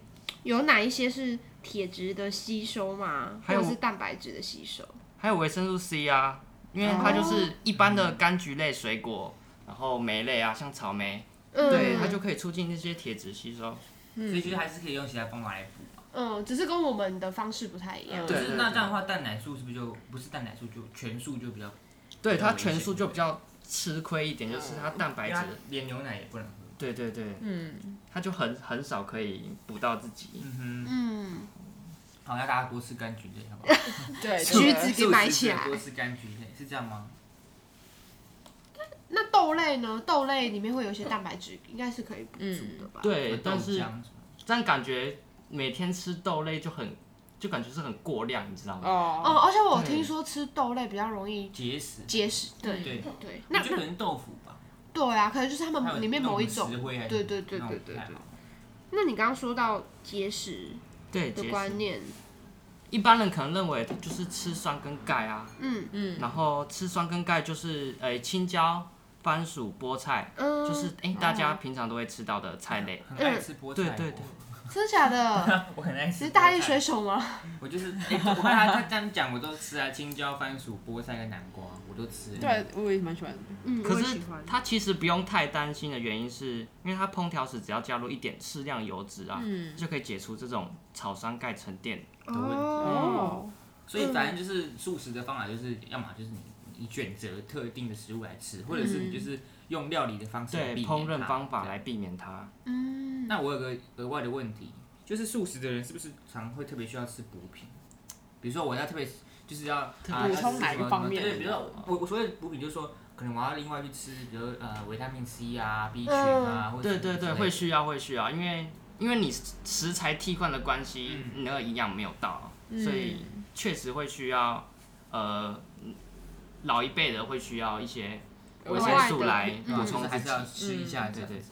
Speaker 3: 有哪一些是铁质的吸收吗？
Speaker 6: 还
Speaker 3: 或
Speaker 6: 有
Speaker 3: 者是蛋白质的吸收？
Speaker 6: 还有维生素 C 啊，因为它就是一般的柑橘类水果，然后莓类啊，像草莓，
Speaker 3: 嗯
Speaker 6: 对，它就可以促进那些铁质吸收。
Speaker 1: 所以其实还是可以用其他方法来补嘛。
Speaker 3: 嗯，只是跟我们的方式不太一样。
Speaker 1: 可
Speaker 6: 对
Speaker 1: 是那这样的话，蛋奶素是不是就不是蛋奶素就全素就比较，
Speaker 6: 对，它全素就比较吃亏一点，就是它蛋白
Speaker 1: 因为
Speaker 6: 质
Speaker 1: 它，连牛奶也不能喝。
Speaker 6: 对对对，
Speaker 2: 哦嗯，
Speaker 6: 它就很很少可以补到自己。
Speaker 1: 嗯
Speaker 3: 嗯，
Speaker 1: 哼，好，那大家多吃柑橘类，好不好？
Speaker 2: 对， 对
Speaker 3: 橘子给买起来
Speaker 1: 素食者多吃柑橘类是这样吗？
Speaker 3: 那豆类呢？豆类里面会有一些蛋白质，应该是可以补足的吧？
Speaker 6: 对，但
Speaker 1: 豆
Speaker 6: 是
Speaker 1: 浆什么
Speaker 6: 但感觉每天吃豆类就很，就感觉是很过量，你知道吗？
Speaker 2: 哦，
Speaker 3: 哦，而且我
Speaker 6: 对
Speaker 3: 听说吃豆类比较容易
Speaker 1: 结石，
Speaker 3: 结石。对
Speaker 1: 对，
Speaker 3: 对，那
Speaker 1: 那就可
Speaker 3: 那
Speaker 1: 能豆腐吧，
Speaker 3: 对啊，可能就是他
Speaker 1: 还有
Speaker 3: 们里面某一种
Speaker 1: 那。石灰还是
Speaker 3: 对对对
Speaker 1: 那
Speaker 3: 对
Speaker 1: 种
Speaker 3: 对
Speaker 1: 不太
Speaker 3: 对
Speaker 1: 好
Speaker 3: 那你刚刚说到结石
Speaker 6: 对，
Speaker 3: 的
Speaker 6: 节
Speaker 3: 观
Speaker 6: 食
Speaker 3: 念，
Speaker 6: 一般人可能认为就是吃酸跟钙啊，
Speaker 3: 嗯
Speaker 2: 嗯
Speaker 6: 然后吃酸跟钙就是呃青椒、番薯、菠菜，
Speaker 3: 嗯，
Speaker 6: 就是哎、大家平常都会吃到的菜类。
Speaker 1: 很爱吃菠菜，
Speaker 6: 对对对
Speaker 3: 真的假的？
Speaker 1: 我，我很爱
Speaker 3: 你
Speaker 1: 吃。
Speaker 3: 是大力水，手吗？
Speaker 1: 我就是，哎我看他他这样讲，我都吃啊，青椒、番薯、菠菜跟南瓜，我都吃。
Speaker 2: 对，我也蛮喜欢的。
Speaker 3: 嗯，
Speaker 6: 可
Speaker 3: 我也
Speaker 6: 是
Speaker 3: 喜欢。
Speaker 6: 它其实不用太担心的原因是，因为它烹调时只要加入一点适量油脂
Speaker 3: 嗯
Speaker 6: 啊，就可以解除这种草酸钙沉淀的问题。
Speaker 3: 哦，
Speaker 1: 所以反正就是素食的方法，就是要么就是你你选择特定的食物来吃，或者是你就是用料理的方式来
Speaker 6: 对
Speaker 1: 避免
Speaker 6: 烹饪
Speaker 1: 它
Speaker 6: 方法
Speaker 1: 这样
Speaker 6: 来避免它。
Speaker 3: 嗯，
Speaker 1: 那我有个额外的问题，就是素食的人是不是常会特别需要吃补品？比如说我要特别就是要啊
Speaker 6: 补
Speaker 1: 要吃
Speaker 2: 充哪
Speaker 1: 什么
Speaker 2: 一方面
Speaker 1: 对，比如说我我所谓的补品，就是说可能我要另外去吃，比如呃维他命 C 啊、B 群啊，或者
Speaker 6: 对
Speaker 1: 什么
Speaker 6: 对
Speaker 1: 之类
Speaker 6: 对，
Speaker 1: 的
Speaker 6: 会嗯需要会需要，因为因为你食材替换的关系，
Speaker 1: 嗯
Speaker 6: 你那个营养没有到，所以确实会需要呃老一辈的会需要一些维
Speaker 2: 额
Speaker 6: 生
Speaker 2: 外
Speaker 6: 素
Speaker 3: 的
Speaker 6: 来
Speaker 3: 嗯
Speaker 6: 补
Speaker 1: 就
Speaker 6: 充
Speaker 1: 是还
Speaker 6: 自
Speaker 1: 是
Speaker 6: 己。
Speaker 1: 要吃一下
Speaker 6: 嗯
Speaker 1: 这样子。
Speaker 6: 对对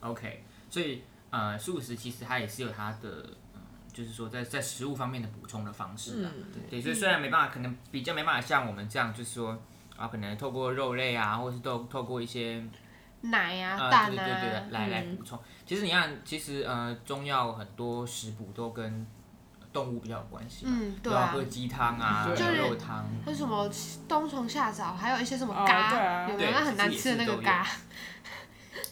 Speaker 1: OK，所以呃，素食其实它也是有它的，嗯，就是说在在食物方面的补充的方式啊。
Speaker 2: 嗯
Speaker 1: 对，所以虽然没办法，可能比较没办法像我们这样，就是说啊，可能透过肉类啊，或是透透过一些
Speaker 3: 奶啊，
Speaker 1: 啊，
Speaker 3: 蛋
Speaker 1: 对对对对
Speaker 3: 啊，，
Speaker 1: 来来补充。其实你看，其实呃，中药很多食补都跟动物比较有关系嘛，
Speaker 3: 嗯，对
Speaker 1: 有啊，
Speaker 3: 啊
Speaker 1: 喝，鸡汤啊，
Speaker 2: 对
Speaker 1: 牛
Speaker 3: 就是
Speaker 1: 肉汤，
Speaker 3: 还有什么冬虫夏草，还有一些什么
Speaker 2: 哦对
Speaker 3: 嘎，
Speaker 2: 啊
Speaker 3: 有没有
Speaker 1: 对
Speaker 3: 那很难
Speaker 1: 其实
Speaker 3: 吃的
Speaker 1: 也
Speaker 3: 那
Speaker 1: 是
Speaker 3: 个嘎？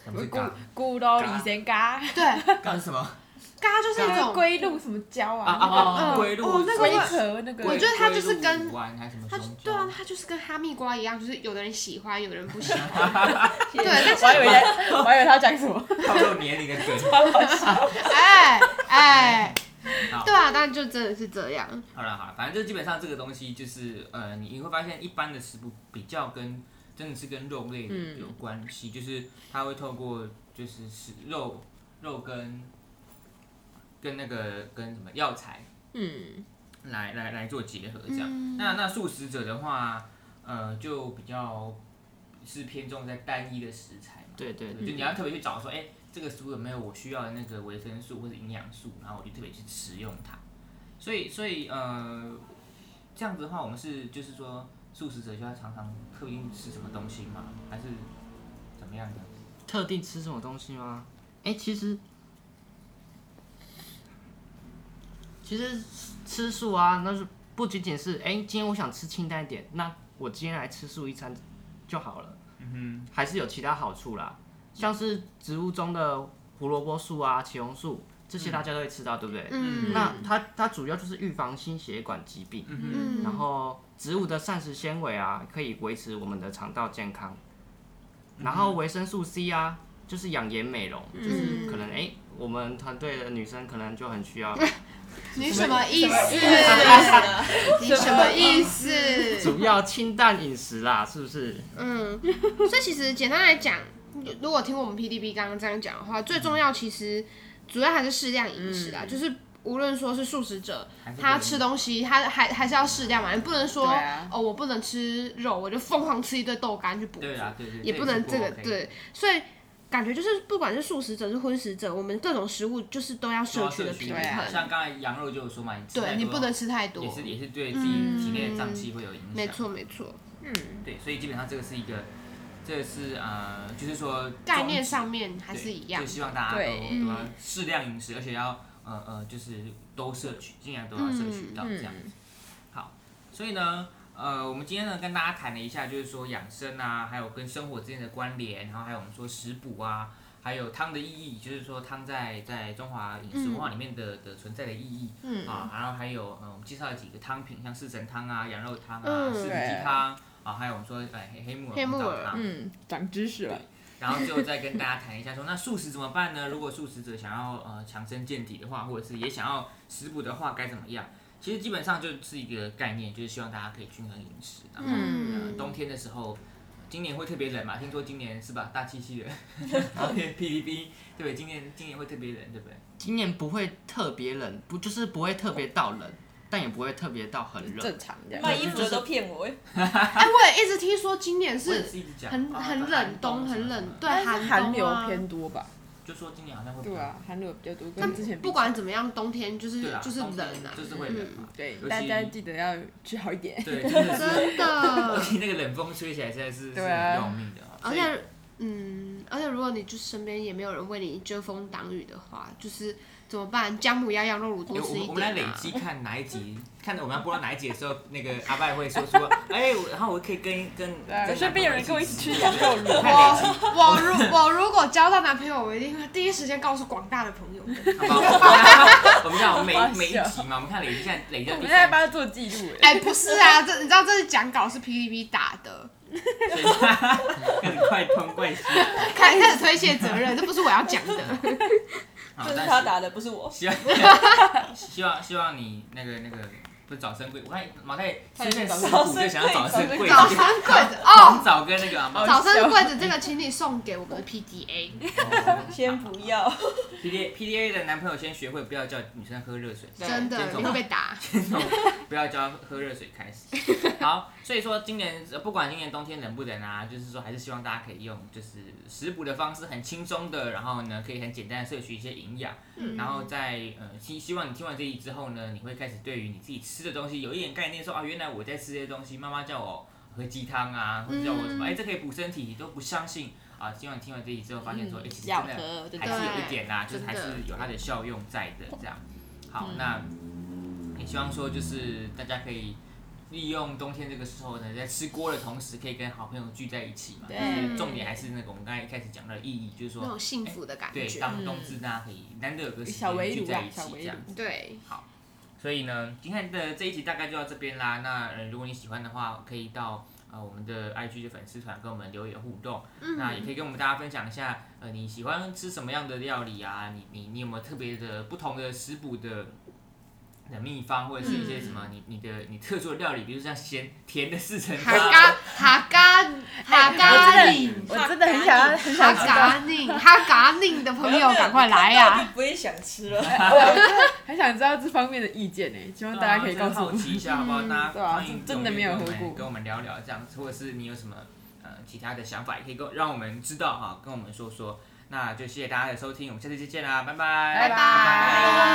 Speaker 1: 什么是嘎？
Speaker 2: 咕噜李贤嘎，
Speaker 3: 对，
Speaker 1: 嘎是啊 什么啊
Speaker 3: 嘎就是 一
Speaker 2: 那个
Speaker 3: 种，
Speaker 2: 龟鹿什么胶
Speaker 1: 啊
Speaker 2: 啊？
Speaker 1: 啊！
Speaker 3: 嗯
Speaker 1: 龟鹿
Speaker 3: 哦那个
Speaker 2: 龟
Speaker 1: 龟
Speaker 2: 壳那个，
Speaker 3: 我觉得它就是
Speaker 1: 龟鹿
Speaker 3: 跟
Speaker 1: 骨丸还是什么
Speaker 3: 它
Speaker 1: 胸
Speaker 3: 对啊
Speaker 1: 罩，
Speaker 3: 它就是跟哈密瓜一样，就是有的人喜欢，有的人不喜欢。对，但是
Speaker 2: 我还以为我还以为他讲什么，
Speaker 1: 透露年龄的梗。
Speaker 3: 哎哎
Speaker 1: 好，
Speaker 3: 对啊，但就真的是这样。
Speaker 1: 好了好了，反正就基本上这个东西就是呃，你你会发现一般的食谱比较跟真的是跟肉类
Speaker 2: 嗯
Speaker 1: 有关系，就是它会透过就是食肉肉跟跟那个跟什么药材
Speaker 2: 嗯，
Speaker 1: 来来来做结合这样。那那素食者的话，呃，就比较是偏重在单一的食材嘛。
Speaker 6: 对对
Speaker 1: 就你
Speaker 3: 嗯
Speaker 1: 要特别去找说，哎、这个食物有没有我需要的那个维生素或者营养素，然后我就特别去食用它。所以，所以呃，这样子的话，我们是就是说，素食者就要常常特意吃什么东西吗？还是怎么样的？
Speaker 6: 特定吃什么东西吗？哎、其实其实吃素啊，那是不仅仅是哎、诶今天我想吃清淡一点，那我今天来吃素一餐就好了。嗯哼，还是有其他好处啦，像是植物中的胡萝卜素啊、茄红素这些大家都会吃到，对不对？
Speaker 3: 嗯
Speaker 6: 那它它主要就是预防心血管疾病，
Speaker 3: 嗯
Speaker 6: 然后植物的膳食纤维啊，可以维持我们的肠道健康。然后维生素 C 啊，就是养颜美容，
Speaker 3: 嗯
Speaker 6: 就是可能哎、诶我们团队的女生可能就很 需要，
Speaker 3: 你什么意思？ 你什么意思？
Speaker 6: 主要清淡饮食啦，是不是？
Speaker 3: 嗯，所以其实简单来讲，如果听我们 PDB 刚刚这样讲的话，最重要其实主要还是适量饮食啦，就是无论说是素食者，
Speaker 1: 还是
Speaker 3: 他
Speaker 1: 有
Speaker 3: 吃东西，他还还是要适量嘛，你不能说、
Speaker 2: 对啊
Speaker 3: 哦，我不能吃肉，我就疯狂吃一堆豆干去补足
Speaker 1: 对啊，对对，
Speaker 3: 也不能这个
Speaker 1: 对
Speaker 3: 对，所以感觉就是不管是素食者是荤食者，我们各种食物就是都要摄
Speaker 1: 要
Speaker 3: 取
Speaker 1: 摄
Speaker 3: 的
Speaker 1: 取
Speaker 3: 平
Speaker 1: 一
Speaker 2: 对
Speaker 1: 点
Speaker 2: 啊
Speaker 3: 衡，
Speaker 1: 像刚才羊肉就有说嘛，你吃太
Speaker 3: 对你
Speaker 1: 多
Speaker 3: 不能嗯吃太多
Speaker 1: 也，是也是对自己体内的脏器会有影响。
Speaker 3: 没错没错，
Speaker 1: 嗯对，所以基本上这个是一个这个是呃，就是说
Speaker 3: 概念
Speaker 1: 宗旨
Speaker 3: 上面还是一样嗯
Speaker 1: 对就。希望大家都
Speaker 2: 对
Speaker 1: 都要适量饮食，而且要呃呃，就是都摄取，尽量都要摄取到这样
Speaker 3: 嗯
Speaker 1: 子。好，所以呢，呃，我们今天呢跟大家谈了一下，就是说养生啊，还有跟生活之间的关联，然后还有我们说食补啊，还有汤的意义，就是说汤在在中华饮食文化里面的、的存在的意义。
Speaker 2: 嗯
Speaker 1: 啊，然后还有呃，我们介绍了几个汤品，像四神汤啊、羊肉汤啊、
Speaker 3: 嗯
Speaker 1: 四子鸡
Speaker 2: 对
Speaker 1: 汤啊，还有我们说呃黑黑木耳
Speaker 3: 黑木
Speaker 1: 红枣
Speaker 3: 耳
Speaker 1: 汤，
Speaker 2: 嗯，长知识了。
Speaker 1: 然后最后再跟大家谈一下说，那素食怎么办呢？如果素食者想要呃强身健体的话，或者是也想要食补的话，该怎么样？其实基本上就是一个概念，就是希望大家可以均衡饮食。然后、呃、
Speaker 3: 嗯，
Speaker 1: 冬天的时候，今年会特别冷嘛？听说今年是吧？大气气的，然 后 PDB 对，今年今年会特别冷，对不对？
Speaker 6: 今年不会特别冷，不就是不会特别到冷，但也不会特别到很热。
Speaker 2: 正常这
Speaker 5: 卖
Speaker 2: 样。
Speaker 5: 衣服的都骗我，欸
Speaker 3: 哎，我也一直听说今
Speaker 1: 我
Speaker 3: 年
Speaker 1: 也
Speaker 3: 是
Speaker 1: 是一直讲
Speaker 3: 很
Speaker 1: 啊
Speaker 3: 很冷
Speaker 1: 寒
Speaker 3: 冬，
Speaker 1: 什
Speaker 3: 很
Speaker 1: 么的
Speaker 3: 冷，对，
Speaker 2: 但是
Speaker 3: 寒
Speaker 2: 寒
Speaker 3: 冬
Speaker 2: 流
Speaker 3: 啊
Speaker 2: 偏多吧？
Speaker 1: 就说今年好像会
Speaker 2: 对啊，寒流比较多，
Speaker 3: 但
Speaker 2: 跟之前比
Speaker 3: 不管怎么样，冬天就
Speaker 1: 对
Speaker 3: 是
Speaker 1: 啊，
Speaker 3: 就是
Speaker 1: 冬天
Speaker 3: 冷啊，
Speaker 1: 就是会冷嘛。
Speaker 2: 对
Speaker 1: 尤其，
Speaker 2: 大家记得要吃好一点。
Speaker 1: 对，真的 是，
Speaker 3: 真
Speaker 1: 而
Speaker 3: 的。
Speaker 1: 且那个冷风吹起来实在是是
Speaker 2: 对啊
Speaker 1: 很要命的啊。所
Speaker 3: 而
Speaker 1: 以
Speaker 3: 且，嗯，而且如果你就身边也没有人为你遮风挡雨的话，就是怎么办？姜母鸭、羊肉卤多
Speaker 1: 哎有我
Speaker 3: 吃
Speaker 1: 们
Speaker 3: 一
Speaker 1: 我们来
Speaker 3: 点
Speaker 1: 累
Speaker 3: 啊。
Speaker 1: 积看哪一集，看我们要播到哪一集的时候，那个阿拜会说出，哎、我然后我可以跟跟
Speaker 2: 对啊，
Speaker 1: 跟
Speaker 2: 身边有人跟我一起吃羊肉
Speaker 1: 男
Speaker 2: 炉。
Speaker 1: 朋友一起
Speaker 3: 我我如我如果交到男朋友，我一定会第一时间告诉广大的朋友 的。
Speaker 1: 看累积，好不好？我们看我们
Speaker 2: 好
Speaker 1: 每
Speaker 2: 笑
Speaker 1: 每一集嘛，我们看累积现在累积
Speaker 2: 我
Speaker 1: 到
Speaker 2: 们
Speaker 1: 第
Speaker 2: 现在
Speaker 1: 三
Speaker 2: 帮他做记
Speaker 1: 嗯
Speaker 2: 录，哎，
Speaker 3: 哎、不是啊，这你知道这是讲稿是 PDP 打的，
Speaker 1: 集，所以 开始怪东怪西。
Speaker 3: 开开始推卸责任，这不是我要讲 的。
Speaker 1: 好，
Speaker 5: 这是
Speaker 1: 但
Speaker 5: 他打的，不是我。
Speaker 1: 希望 希望希望你那个那个不是早生贵，我看毛太出现
Speaker 5: 早
Speaker 1: 食
Speaker 5: 生
Speaker 1: 谱就想要早
Speaker 5: 早
Speaker 1: 生
Speaker 5: 生
Speaker 1: 贵
Speaker 5: 贵
Speaker 3: 早
Speaker 1: 子
Speaker 3: 生，贵 子哦，
Speaker 1: 早跟那个阿啊妈
Speaker 3: 早生贵子这个，请你送给我们的 PDA。
Speaker 5: 先不
Speaker 1: 哦
Speaker 5: 要，
Speaker 1: P D A P D A 的男朋友先学会不要叫女生喝热水，
Speaker 3: 真
Speaker 1: 先
Speaker 3: 的，
Speaker 1: 从
Speaker 3: 你会被 打。
Speaker 1: 不要教喝热水开始。好，所以说今年呃不管今年冬天冷不冷啊，就是说还是希望大家可以用就是食补的方式，很轻松的，然后呢可以很简单的摄取一些营养，嗯
Speaker 3: 嗯
Speaker 1: 然后在呃希希望你听完这一集之后呢，你会开始对于你自己吃的东西有一点概念说啊原来我在吃这些东西，妈妈叫我喝鸡汤啊，或者叫我什么哎、这可以补身体，都不相信啊。希望你听完这一集之后发现说，哎、其实真的
Speaker 2: 嗯喝，
Speaker 1: 还是有一点啦、就是还是
Speaker 3: 真的嗯
Speaker 1: 有它的效用在的这样。好，那也希望说就是大家可以利用冬天这个时候呢，在吃锅的同时，可以跟好朋友聚在一起嘛。
Speaker 2: 对
Speaker 3: 嗯
Speaker 1: 就是重点还是那个我们刚才一开始讲到的意义，就是
Speaker 3: 那
Speaker 1: 说
Speaker 3: 种幸福的感
Speaker 1: 对
Speaker 3: 觉。
Speaker 1: 当冬至大家可以难得有个时
Speaker 2: 小
Speaker 1: 间
Speaker 2: 围
Speaker 1: 聚
Speaker 2: 炉
Speaker 1: 在
Speaker 2: 啊
Speaker 1: 一，起
Speaker 2: 小
Speaker 1: 这
Speaker 2: 围
Speaker 1: 样
Speaker 2: 炉。。
Speaker 3: 对，
Speaker 1: 所以呢，今天的这一集大概就到这边啦。那呃，如果你喜欢的话，可以到呃我们的 IG 的粉丝团跟我们留言互动。那也可以跟我们大家分享一下，呃，你喜欢吃什么样的料理啊？你你你有没有特别的不同的食补的？的秘方或者是一些什么你你的你特殊的料理，比如像咸甜的四神
Speaker 3: 哈
Speaker 1: 汤，
Speaker 3: 嘎哈嘎哈嘎宁，
Speaker 2: 我真的很想要，很想
Speaker 3: 哈
Speaker 2: 知道，
Speaker 3: 嘎宁哈嘎宁的朋友赶快来啊
Speaker 5: 我到
Speaker 3: 哎 呀！
Speaker 5: 底不会想吃了。
Speaker 2: 很想知道这方面的意见呢，希望大家可以告诉我
Speaker 1: 啊好奇一下，好不好？大
Speaker 2: 对
Speaker 1: 家
Speaker 2: 啊
Speaker 1: 欢迎
Speaker 2: 真真的没有
Speaker 1: 踊跃
Speaker 2: 喝
Speaker 1: 跟我们
Speaker 2: 过
Speaker 1: 跟我们聊聊这样子，或者是你有什么呃其他的想法，也可以跟让我们知道哈，跟我们说说。那就谢谢大家的收听，我们下次再见啦，拜拜，
Speaker 2: 拜拜